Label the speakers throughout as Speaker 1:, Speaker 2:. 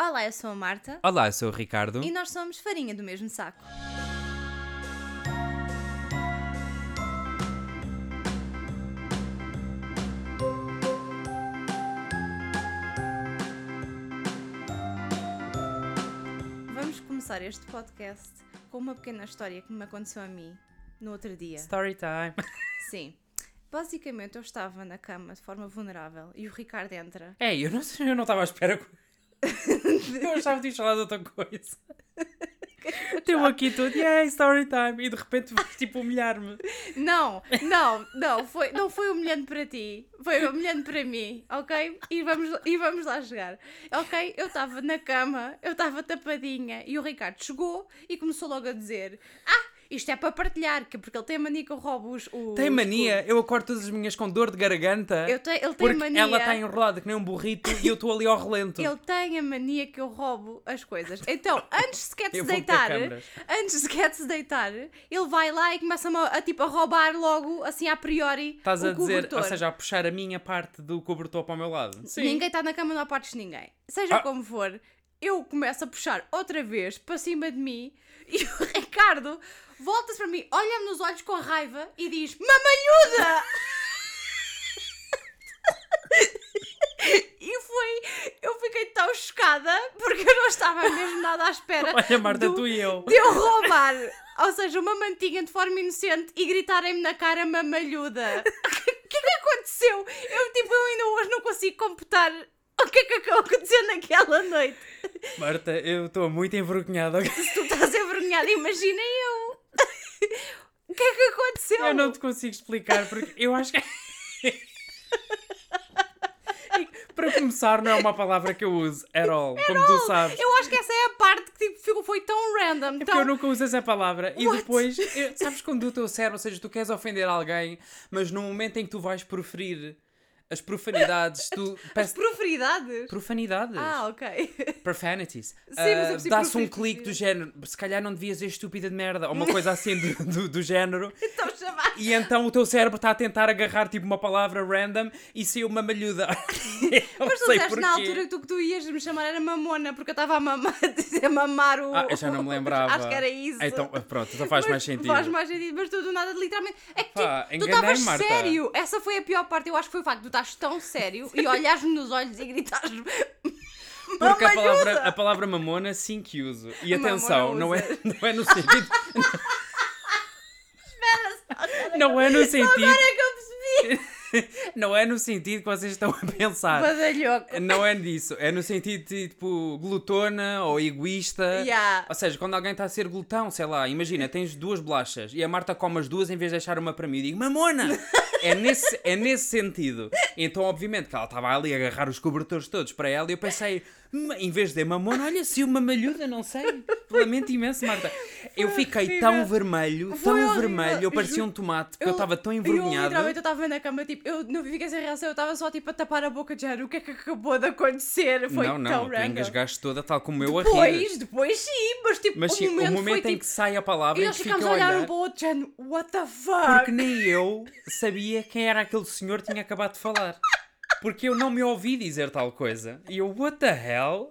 Speaker 1: Olá, eu sou a Marta
Speaker 2: Olá, eu sou o Ricardo.
Speaker 1: e nós somos farinha do mesmo saco. Vamos começar este podcast com uma pequena história que me aconteceu a mim no outro dia.
Speaker 2: é Story time.
Speaker 1: Sim. Basicamente, eu estava na cama de forma vulnerável e o Ricardo entra.
Speaker 2: É, eu não sei, eu não estava à espera. que- Eu achava que tinha falado outra coisa. Estou aqui todo, yeah, story time. E de repente vais tipo humilhar-me.
Speaker 1: Não, não, não, foi, não foi humilhante para ti, foi humilhante para mim, ok? E vamos, e vamos lá chegar, ok? Eu estava na cama, eu estava tapadinha e o Ricardo chegou e começou logo a dizer: Ah, isto é para partilhar, que porque ele tem mania que eu roubo os. os-
Speaker 2: Tem mania, eu acordo todas as minhas com dor de garganta.
Speaker 1: os- eu tenho- ele tem
Speaker 2: porque
Speaker 1: mania.
Speaker 2: ela está enrolada que nem um burrito e eu estou ali ao relento.
Speaker 1: Ele tem a mania que eu roubo as coisas. Então, antes sequer de
Speaker 2: Eu
Speaker 1: se
Speaker 2: vou meter
Speaker 1: deitar,
Speaker 2: câmaras.
Speaker 1: antes sequer de se deitar, ele vai lá e começa-me a, a, tipo, a roubar logo, assim, a priori,
Speaker 2: Estás
Speaker 1: o
Speaker 2: a dizer,
Speaker 1: cobertor.
Speaker 2: ou seja, a puxar a minha parte do cobertor para o meu lado.
Speaker 1: Ninguém está na cama, não há partes de ninguém. Seja
Speaker 2: Ah.
Speaker 1: como for, eu começo a puxar outra vez para cima de mim e o Ricardo volta-se para mim, olha-me nos olhos com raiva e diz: Mamalhuda! e foi. Eu fiquei tão chocada porque eu não estava mesmo nada à espera.
Speaker 2: Olha, Marta,
Speaker 1: do-
Speaker 2: tu e eu.
Speaker 1: de eu roubar, ou seja, uma mantinha de forma inocente e gritarem-me na cara mamalhuda. O que é que aconteceu? Eu, tipo, eu ainda hoje não consigo computar o que é que acabou acontecendo naquela noite.
Speaker 2: Marta, eu estou muito envergonhada.
Speaker 1: Se tu estás envergonhada, imagina eu. O que é que aconteceu?
Speaker 2: Eu não te consigo explicar porque eu acho que. Para começar, não é uma palavra que eu uso at all, como tu sabes. É
Speaker 1: Eu acho que essa é a parte que tipo, ficou- foi tão random.
Speaker 2: Porque
Speaker 1: tão-
Speaker 2: eu nunca uso essa palavra. E
Speaker 1: Então, What?
Speaker 2: depois, eu- sabes quando o teu cérebro, ou seja, tu queres ofender alguém, mas no momento em que tu vais proferir as profanidades, tu. Peço...
Speaker 1: Proferidades?
Speaker 2: Profanidades.
Speaker 1: Ah, ok.
Speaker 2: profanities.
Speaker 1: mas eu
Speaker 2: Ah,
Speaker 1: percebi
Speaker 2: Dá-se um
Speaker 1: profanities.
Speaker 2: clique do género. Se calhar não devias ser estúpida de merda. Ou uma coisa assim do, do, do género.
Speaker 1: Estão chamados.
Speaker 2: E então o teu cérebro está a tentar agarrar tipo uma palavra random e saiu uma malhuda. Eu
Speaker 1: Mas tu
Speaker 2: sei
Speaker 1: disseste
Speaker 2: porquê.
Speaker 1: na altura que tu, que tu ias me chamar era mamona, porque eu estava a mamar, a dizer mamar o.
Speaker 2: Ah, eu já não me lembrava.
Speaker 1: Acho que era isso.
Speaker 2: Então, pronto, então faz
Speaker 1: Mas
Speaker 2: mais sentido.
Speaker 1: Faz mais sentido, mas tu do nada, literalmente. É que
Speaker 2: Pá,
Speaker 1: tipo, tu
Speaker 2: enganei,
Speaker 1: estavas
Speaker 2: Marta.
Speaker 1: sério. Essa foi a pior parte. Eu acho que foi o facto de tu estás tão sério e olhares-me nos olhos e gritares.
Speaker 2: Porque a
Speaker 1: "Mamalhuda!"
Speaker 2: palavra, a palavra mamona sim que uso. E
Speaker 1: Mamona
Speaker 2: atenção, não é,
Speaker 1: usas.
Speaker 2: não é no sentido. não é no sentido.
Speaker 1: Agora é que eu percebi.
Speaker 2: Não é no sentido que vocês estão a pensar.
Speaker 1: Badalhoco.
Speaker 2: Não é disso, é no sentido de tipo glutona ou egoísta.
Speaker 1: Yeah.
Speaker 2: Ou seja, quando alguém está a ser glutão, sei lá, imagina, tens duas bolachas e a Marta come as duas em vez de deixar uma para mim e digo, mamona! É nesse, é nesse sentido. Então, obviamente, que ela estava ali a agarrar os cobertores todos para ela e eu pensei, "Ma- em vez de mamona, olha, se uma malhuda, não sei. Lamento imenso, Marta. Eu fiquei tão
Speaker 1: horrível.
Speaker 2: vermelho,
Speaker 1: Foi
Speaker 2: tão
Speaker 1: horrível.
Speaker 2: vermelho, eu parecia um
Speaker 1: Ju-
Speaker 2: tomate, porque eu estava tão
Speaker 1: Eu
Speaker 2: envergonhado.
Speaker 1: literalmente eu estava na cama, tipo, eu não fiquei sem reação, eu estava só tipo a tapar a boca de género. O que é que acabou de acontecer? Foi
Speaker 2: não, não,
Speaker 1: tão
Speaker 2: tu
Speaker 1: random.
Speaker 2: engasgaste toda tal como eu a rir.
Speaker 1: Depois, depois sim, mas tipo,
Speaker 2: Mas sim,
Speaker 1: o momento,
Speaker 2: o momento
Speaker 1: foi
Speaker 2: em
Speaker 1: tipo.
Speaker 2: que sai a palavra
Speaker 1: E
Speaker 2: e
Speaker 1: eles
Speaker 2: fica
Speaker 1: ficámos
Speaker 2: a
Speaker 1: a olhar um
Speaker 2: olhar.
Speaker 1: para o outro, de género, what the fuck?
Speaker 2: Porque nem eu sabia quem era aquele senhor que tinha acabado de falar. Porque eu não me ouvi dizer tal coisa. E eu, what the hell?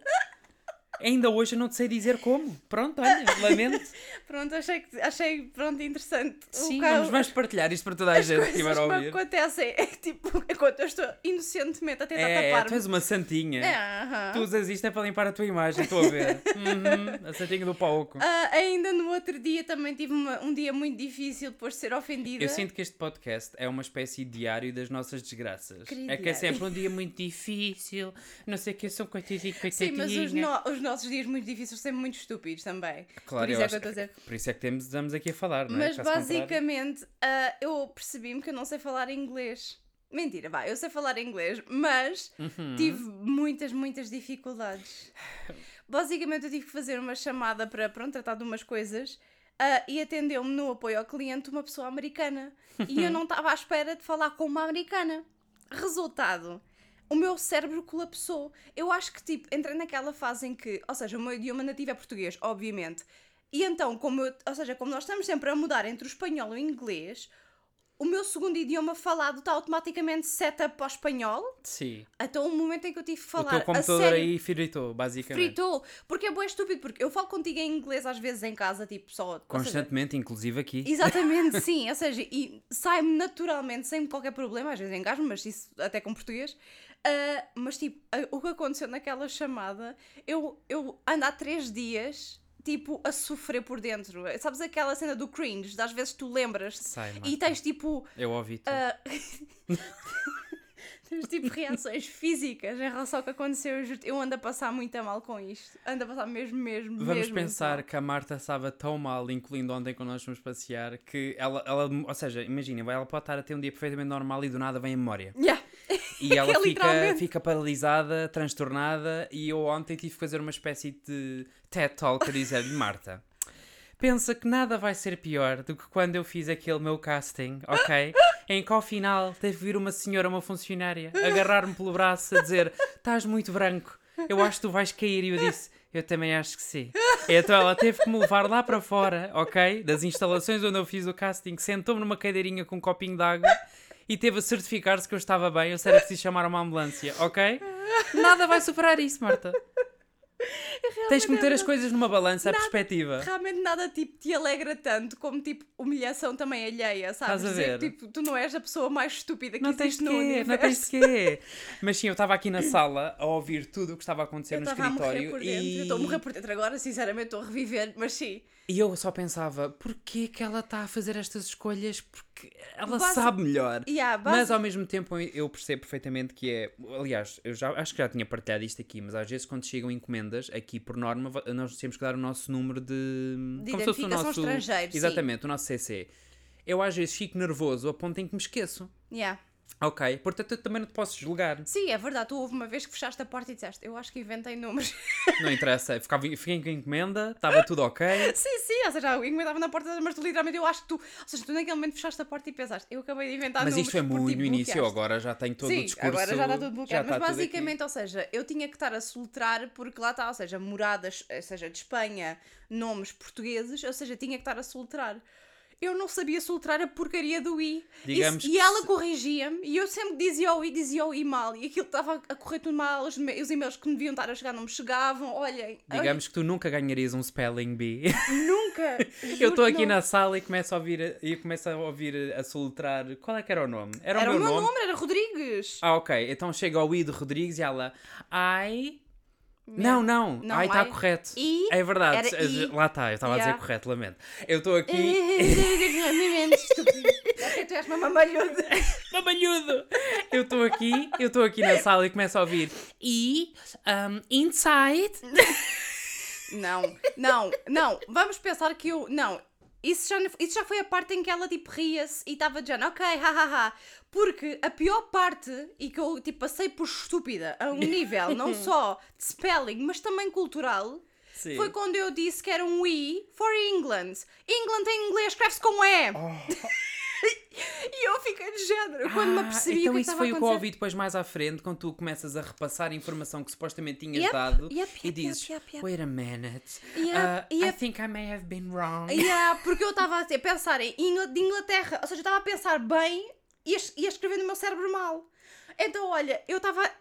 Speaker 2: Ainda hoje eu não te sei dizer como. Pronto, olha, lamento.
Speaker 1: Pronto, achei, que- achei pronto, interessante.
Speaker 2: Sim,
Speaker 1: o ca-
Speaker 2: vamos, vamos partilhar isto para toda a gente que
Speaker 1: coisas
Speaker 2: estiver a
Speaker 1: que me
Speaker 2: ouvir.
Speaker 1: acontecem é que, tipo, enquanto eu estou inocentemente tá a tentar
Speaker 2: É, é, tu
Speaker 1: tapar-me.
Speaker 2: és uma santinha.
Speaker 1: É, aham.
Speaker 2: Tu usas isto é para limpar a tua imagem, estou a ver. Uhum, a santinha do palco.
Speaker 1: Ah, ainda no outro dia também tive uma- um dia muito difícil depois de ser ofendida.
Speaker 2: Eu sinto que este podcast é uma espécie de diário das nossas desgraças.
Speaker 1: Querido
Speaker 2: é que é
Speaker 1: diário.
Speaker 2: sempre um dia muito difícil, não sei o que, são coitadinho,
Speaker 1: Sim,
Speaker 2: coitadinha.
Speaker 1: mas os, no- os nossos dias muito difíceis são muito estúpidos também.
Speaker 2: Claro,
Speaker 1: Por isso
Speaker 2: eu
Speaker 1: é que eu
Speaker 2: acho
Speaker 1: estou a dizer.
Speaker 2: Por isso é que temos, estamos aqui a falar, não é?
Speaker 1: Mas
Speaker 2: Caso contrário-
Speaker 1: basicamente ah, eu percebi-me que eu não sei falar inglês. Mentira, vá, eu sei falar inglês, mas
Speaker 2: Uhum.
Speaker 1: tive muitas, muitas dificuldades. Basicamente eu tive que fazer uma chamada para, pronto, tratar de umas coisas ah, e atendeu-me no apoio ao cliente uma pessoa americana. E eu não estava à espera de falar com uma americana. Resultado, o meu cérebro colapsou. Eu acho que, tipo, entrei naquela fase em que, ou seja, o meu idioma nativo é português, obviamente. E então, como eu- ou seja, como nós estamos sempre a mudar entre o espanhol e o inglês, o meu segundo idioma falado está automaticamente setup para o espanhol.
Speaker 2: Sim.
Speaker 1: Então, o momento em que eu tive que
Speaker 2: o teu
Speaker 1: falar a
Speaker 2: computador
Speaker 1: sério,
Speaker 2: aí fritou, basicamente.
Speaker 1: fritou. Porque é bué estúpido, porque eu falo contigo em inglês às vezes em casa, tipo, só... ou seja,
Speaker 2: Constantemente, inclusive aqui.
Speaker 1: Exatamente, sim. Ou seja, e sai-me naturalmente, sem qualquer problema, às vezes engasmo, mas isso até com português. Ah, mas tipo, a- o que aconteceu naquela chamada, eu, eu ando há três dias, tipo, a sofrer por dentro. Sabes aquela cena do cringe, das vezes tu lembras
Speaker 2: Sai,
Speaker 1: e
Speaker 2: Marta.
Speaker 1: tens tipo,
Speaker 2: Eu ouvi tudo.
Speaker 1: ah, tens tipo reações físicas em relação ao que aconteceu. Eu, juro, eu ando a passar muito a mal com isto. Ando a passar mesmo, mesmo, mesmo. então.
Speaker 2: Vamos
Speaker 1: muito
Speaker 2: pensar
Speaker 1: mal.
Speaker 2: que a Marta estava tão mal, incluindo ontem quando nós fomos passear, que ela, ela ou seja, imagina, ela pode estar a ter um dia perfeitamente normal e do nada vem a memória.
Speaker 1: Yeah.
Speaker 2: E ela
Speaker 1: É
Speaker 2: fica,
Speaker 1: literalmente.
Speaker 2: fica paralisada, transtornada, e eu ontem tive que fazer uma espécie de TED Talk a dizer-lhe, Marta, pensa que nada vai ser pior do que quando eu fiz aquele meu casting, ok? Em que ao final teve de vir uma senhora, uma funcionária, agarrar-me pelo braço a dizer, estás muito branco, eu acho que tu vais cair, e eu disse... Eu também acho que sim. Então ela teve que me levar lá para fora, ok? Das instalações onde eu fiz o casting, sentou-me numa cadeirinha com um copinho de água e teve a certificar-se que eu estava bem, eu se era preciso chamar uma ambulância, ok? Nada vai superar isso, Marta.
Speaker 1: É
Speaker 2: Tens que meter as coisas numa balança, a perspectiva.
Speaker 1: realmente nada tipo te alegra tanto como tipo humilhação também alheia, sabes?
Speaker 2: Estás a
Speaker 1: Dizer que,
Speaker 2: ver?
Speaker 1: tipo, tu não és a pessoa mais estúpida que
Speaker 2: Não tens
Speaker 1: existe
Speaker 2: que,
Speaker 1: no universo.
Speaker 2: não tens que. Mas sim, eu estava aqui na sala a ouvir tudo o que estava a acontecer
Speaker 1: Eu
Speaker 2: no
Speaker 1: estava a morrer
Speaker 2: escritório
Speaker 1: por dentro, eu
Speaker 2: e...
Speaker 1: estou a morrer por dentro agora, sinceramente, estou a reviver, mas sim.
Speaker 2: e eu só pensava, porquê que ela está a fazer estas escolhas? Porque ela
Speaker 1: Basi-
Speaker 2: sabe melhor.
Speaker 1: Yeah, base...
Speaker 2: Mas ao mesmo tempo eu- eu percebo perfeitamente que é. Aliás, eu já, acho que já tinha partilhado isto aqui, mas às vezes quando chegam encomendas, aqui por norma, va- nós temos que dar o nosso número de.
Speaker 1: De
Speaker 2: se fosse o
Speaker 1: identificação estrangeiro, sim.
Speaker 2: Exatamente, o nosso CC. Eu às vezes fico nervoso a ponto em que me esqueço.
Speaker 1: yeah.
Speaker 2: Ok, portanto eu também não te posso julgar.
Speaker 1: Sim, é verdade, tu houve uma vez que fechaste a porta e disseste, eu acho que inventei números.
Speaker 2: Não interessa, eu ficava, fiquei com a encomenda, estava tudo ok.
Speaker 1: sim, sim, ou seja, eu encomendava na porta, mas tu literalmente eu acho que tu, ou seja, tu naquele momento fechaste a porta e pensaste, eu acabei de inventar
Speaker 2: Mas
Speaker 1: números.
Speaker 2: isto é
Speaker 1: porque,
Speaker 2: muito
Speaker 1: tipo,
Speaker 2: no início, eu
Speaker 1: bloqueaste."
Speaker 2: agora já tenho todo o
Speaker 1: Sim,
Speaker 2: discurso.
Speaker 1: agora já está tudo bloqueado. mas
Speaker 2: está tudo aqui.
Speaker 1: basicamente, ou seja, eu tinha que estar a soltar porque lá está, ou seja, moradas, ou seja, de Espanha, nomes portugueses, ou seja, tinha que estar a soltar. Eu não sabia soltar a porcaria do I.
Speaker 2: Digamos
Speaker 1: e,
Speaker 2: que
Speaker 1: e ela
Speaker 2: se-
Speaker 1: corrigia-me e eu sempre dizia o I, dizia o I mal. E aquilo estava a correr tudo mal, os, me- os e-mails que me deviam estar a chegar não me chegavam. Olhem,
Speaker 2: Digamos que tu nunca ganharias um spelling bee.
Speaker 1: olhem, nunca.
Speaker 2: Eu estou
Speaker 1: juro
Speaker 2: aqui
Speaker 1: que não.
Speaker 2: na sala e começo a ouvir a, e começo a ouvir a, a soletrar. Qual é que era o nome? Era,
Speaker 1: Era
Speaker 2: o meu nome?
Speaker 1: era Rodrigues.
Speaker 2: Ah, ok. Então chega ao Ido Rodrigues e ela. Ai. Não, não.
Speaker 1: Não,
Speaker 2: ai, está
Speaker 1: ai.
Speaker 2: correto.
Speaker 1: I.
Speaker 2: É verdade.
Speaker 1: Era I.
Speaker 2: Lá está, eu estava a
Speaker 1: Yeah.
Speaker 2: dizer correto, lamento. Eu estou aqui.
Speaker 1: é Estúpido. Ok, É tu és uma mamalhuda.
Speaker 2: Mamalhudo! Eu estou aqui, eu estou aqui na sala e começo a ouvir. E. um, inside.
Speaker 1: Não, não, não. Vamos pensar que eu. Não. Isso já, isso já foi a parte em que ela tipo ria-se e estava dizendo, ok, hahaha. Porque a pior parte, e que eu tipo passei por estúpida a um nível não só de spelling, mas também cultural,
Speaker 2: Sim.
Speaker 1: foi quando eu disse que era um we for England. England em inglês escreve-se com E. e eu fiquei de género quando me
Speaker 2: Oh. Ah,
Speaker 1: apercebi
Speaker 2: então
Speaker 1: que
Speaker 2: isso
Speaker 1: estava a
Speaker 2: foi o que eu
Speaker 1: acontecer.
Speaker 2: ouvi depois mais à frente, quando tu começas a repassar a informação que supostamente tinhas
Speaker 1: Yep,
Speaker 2: dado
Speaker 1: yep,
Speaker 2: e
Speaker 1: yep,
Speaker 2: dizes,
Speaker 1: yep, yep, yep.
Speaker 2: wait a minute,
Speaker 1: Yep,
Speaker 2: uh, I
Speaker 1: yep.
Speaker 2: think I may have been wrong.
Speaker 1: Yeah, porque eu estava a pensar em Ingl- de Inglaterra, ou seja, eu estava a pensar bem e a, es- e a escrever no meu cérebro mal. Então, olha, eu estava.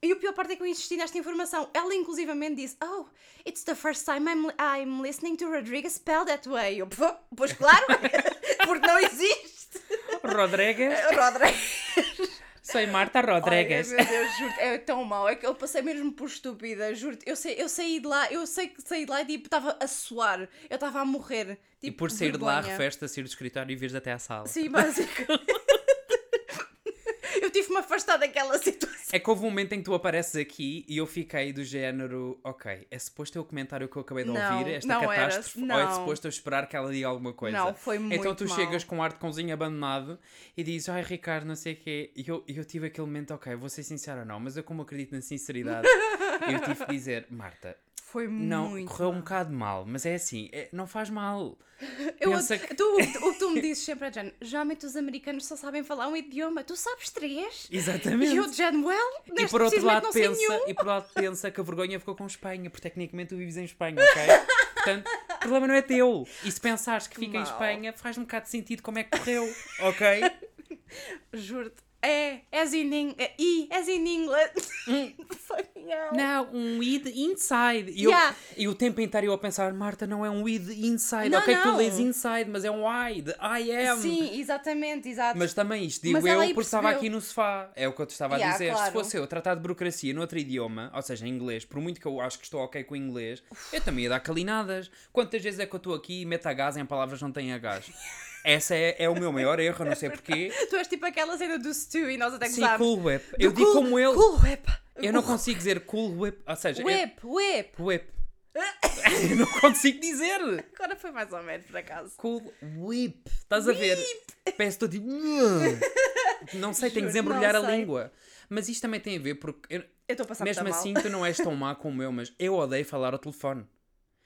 Speaker 1: E o pior parte é que eu insisti nesta informação. Ela, inclusivamente, disse: Oh, it's the first time I'm, li- I'm listening to Rodriguez spell that way. Eu, "Pô, pois claro, porque não existe.
Speaker 2: Rodrigues,
Speaker 1: Rodrigues.
Speaker 2: sou Marta Rodrigues.
Speaker 1: Olha, meu Deus, juro é tão mau. É que eu passei mesmo por estúpida, juro Eu, sei, eu saí de lá, eu sei que saí de lá e tipo, estava a suar. Eu estava a morrer.
Speaker 2: e
Speaker 1: tipo,
Speaker 2: por sair de lá,
Speaker 1: vergonha.
Speaker 2: refeste a sair do escritório e vires até à sala.
Speaker 1: Sim, básico. eu tive-me afastar daquela situação.
Speaker 2: É que houve um momento em que tu apareces aqui e eu fiquei do género, ok, é suposto eu comentar o que eu acabei de
Speaker 1: Não,
Speaker 2: ouvir, esta
Speaker 1: não era,
Speaker 2: catástrofe, ou é
Speaker 1: não.
Speaker 2: suposto eu esperar que ela diga alguma coisa?
Speaker 1: Não, foi
Speaker 2: Então
Speaker 1: muito
Speaker 2: tu
Speaker 1: mal.
Speaker 2: chegas com um ar de cãozinho abandonado e dizes, ai Ricardo, não sei o quê, e eu, e eu tive aquele momento, ok, vou ser sincero ou não, mas eu como acredito na sinceridade, eu tive que dizer, Marta,
Speaker 1: Foi
Speaker 2: não,
Speaker 1: muito.
Speaker 2: correu um bocado mal, mas é assim, é- não faz mal.
Speaker 1: Eu-
Speaker 2: pensa que-
Speaker 1: tu, o que tu me dizes sempre é de género, geralmente os americanos só sabem falar um idioma, tu sabes três?
Speaker 2: Exatamente.
Speaker 1: E eu de género, well,
Speaker 2: E
Speaker 1: neste
Speaker 2: por outro
Speaker 1: precisamente
Speaker 2: lado
Speaker 1: não sei
Speaker 2: pensa,
Speaker 1: nenhum.
Speaker 2: e por outro lado pensa que a vergonha ficou com Espanha, porque tecnicamente tu vives em Espanha, ok? Portanto, problema não é teu. E se pensares que fica em
Speaker 1: Mal.
Speaker 2: Espanha, faz um bocado de sentido como é que correu, ok?
Speaker 1: Juro-te. É, as in, Eng- eh, e, as in England. Fucking hell.
Speaker 2: Hum. Não, um weed inside. E, eu-
Speaker 1: Yeah.
Speaker 2: e o tempo inteiro eu a pensar, Marta, não é um weed inside.
Speaker 1: Não,
Speaker 2: ok, tu
Speaker 1: não.
Speaker 2: lês inside, mas é um wide. I am.
Speaker 1: Sim, exatamente, exato.
Speaker 2: Mas também isto digo
Speaker 1: Mas
Speaker 2: eu
Speaker 1: ela aí
Speaker 2: porque estava
Speaker 1: percebeu.
Speaker 2: aqui no sofá. É o que eu te estava a
Speaker 1: Yeah,
Speaker 2: dizer. Se
Speaker 1: claro.
Speaker 2: fosse eu a tratar de burocracia noutro idioma, ou seja, em inglês, por muito que eu acho que estou ok com o inglês, eu também ia dar calinadas. Quantas vezes é que eu estou aqui e meto a gás em palavras que não têm a gás? Essa é, é o meu maior erro, eu não sei porquê.
Speaker 1: Tu és tipo aquela cena do Stu e nós até
Speaker 2: Sim,
Speaker 1: gozámos.
Speaker 2: cool whip.
Speaker 1: Do
Speaker 2: Eu digo
Speaker 1: cool-
Speaker 2: como ele.
Speaker 1: Cool whip.
Speaker 2: Eu não consigo dizer cool whip. Ou seja, é-
Speaker 1: Whip, whip.
Speaker 2: whip. eu não consigo dizer.
Speaker 1: Agora foi mais ou menos, por acaso.
Speaker 2: Cool whip. Estás a ver? Parece todo tipo. Não sei, tenho
Speaker 1: Juro,
Speaker 2: que desembrulhar a
Speaker 1: não sei.
Speaker 2: língua. Mas isto também tem a ver porque. eu-
Speaker 1: Eu estou a passar
Speaker 2: mesmo
Speaker 1: muito
Speaker 2: assim,
Speaker 1: mal.
Speaker 2: tu não és tão má como eu, mas eu odeio falar ao telefone.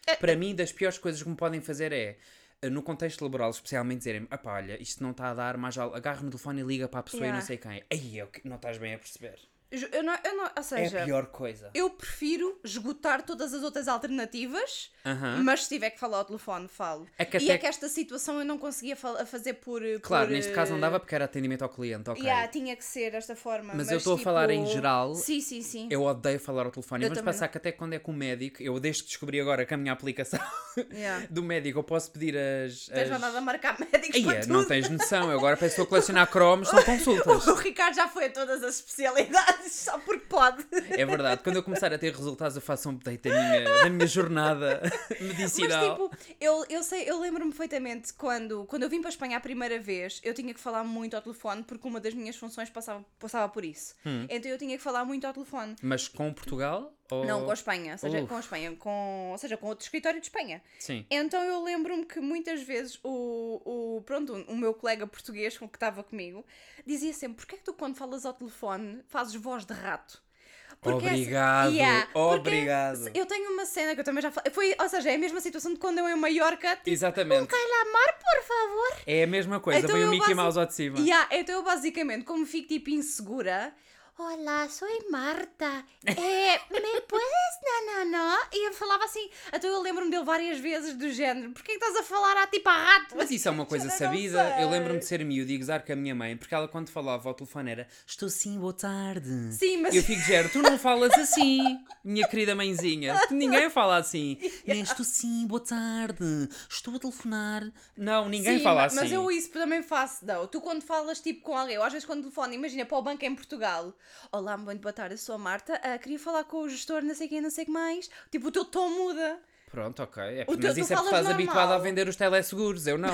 Speaker 1: É,
Speaker 2: Para mim, das piores coisas que me podem fazer é. eh, No contexto laboral, especialmente dizerem-me, "Ah, pá, olha, isto não está a dar, mais vale, agarra no telefone e liga para a pessoa e não
Speaker 1: Yeah.
Speaker 2: sei quem. Aí é o que não estás bem a perceber.
Speaker 1: Ju- Eu não, eu não, ou
Speaker 2: é a
Speaker 1: seja,
Speaker 2: pior coisa.
Speaker 1: eu prefiro esgotar todas as outras alternativas,
Speaker 2: Aham.
Speaker 1: mas se tiver que falar ao telefone, falo.
Speaker 2: É que
Speaker 1: e
Speaker 2: até-
Speaker 1: é que esta situação eu não conseguia fal- a fazer por. eh,
Speaker 2: Claro,
Speaker 1: por,
Speaker 2: neste caso não
Speaker 1: eh,
Speaker 2: dava porque era atendimento ao cliente, ok.
Speaker 1: yeah, tinha que ser desta forma.
Speaker 2: Mas eu estou a falar em
Speaker 1: tipo,
Speaker 2: geral.
Speaker 1: Sim, sim, sim.
Speaker 2: Eu odeio falar ao telefone.
Speaker 1: Eu
Speaker 2: Vamos
Speaker 1: também.
Speaker 2: passar que até quando é com o médico, eu desde que descobri agora que a minha aplicação
Speaker 1: Yeah.
Speaker 2: do médico, eu posso pedir as.
Speaker 1: Tens
Speaker 2: as...
Speaker 1: mandado a marcar médicos para
Speaker 2: Ia,
Speaker 1: tudo.
Speaker 2: é, não tens noção, eu agora penso que estou a colecionar cromos, são consultas.
Speaker 1: O Ricardo já foi a todas as especialidades, só porque pode.
Speaker 2: É verdade, quando eu começar a ter resultados, eu faço um update da minha, da minha jornada medicinal.
Speaker 1: Mas tipo, eu, eu sei, eu lembro-me perfeitamente quando, quando eu vim para a Espanha a primeira vez, eu tinha que falar muito ao telefone porque uma das minhas funções passava, passava por isso.
Speaker 2: Hum.
Speaker 1: Então eu tinha que falar muito ao telefone.
Speaker 2: Mas com Portugal? Ou...
Speaker 1: Não, com a Espanha, ou seja,
Speaker 2: Uf.
Speaker 1: com a Espanha, com, ou seja, com outro escritório de Espanha.
Speaker 2: Sim.
Speaker 1: Então eu lembro-me que muitas vezes o, o, pronto, o meu colega português com que estava comigo dizia sempre: Porquê é que tu, quando falas ao telefone, fazes voz de rato? essa-
Speaker 2: Obrigado,
Speaker 1: é assim, porque é assim,
Speaker 2: obrigado.
Speaker 1: Eu tipo, tenho uma cena que eu também já falei. Foi, ou seja, é a mesma situação de quando eu em Maiorca. Tipo,
Speaker 2: Exatamente.
Speaker 1: Calamar, por favor.
Speaker 2: É a mesma coisa,
Speaker 1: Então
Speaker 2: vem o
Speaker 1: eu basi-
Speaker 2: Mickey Mouse ao de cima.
Speaker 1: Yeah, então eu basicamente, como fico tipo insegura. Olá, sou Marta. É, me puedes nananã? E eu falava assim. Então eu lembro-me dele várias vezes do género. Porquê que estás a falar a tipo a rato?
Speaker 2: Mas isso é uma coisa
Speaker 1: não
Speaker 2: sabida.
Speaker 1: sei.
Speaker 2: Eu lembro-me de ser miúdo e gozar com a minha mãe, porque ela quando falava ao telefone era Estou sim, boa tarde.
Speaker 1: Sim, mas
Speaker 2: E eu fico género, tu não falas assim, minha querida mãezinha. Ninguém fala assim. Nem estou sim, boa tarde. Estou a telefonar. Não, ninguém
Speaker 1: Sim,
Speaker 2: fala
Speaker 1: ma-
Speaker 2: assim.
Speaker 1: Mas eu isso também faço, não. Tu quando falas tipo com alguém, ou às vezes quando telefone, imagina para o banco em Portugal. Olá, muito boa tarde, eu sou a Marta. ah, queria falar com o gestor, não sei quem, não sei o que mais. Tipo, o teu tom muda.
Speaker 2: Pronto, ok. É,
Speaker 1: O teu-
Speaker 2: mas
Speaker 1: tu
Speaker 2: isso é porque
Speaker 1: falas
Speaker 2: estás
Speaker 1: normal.
Speaker 2: habituado a vender os teleseguros, eu não.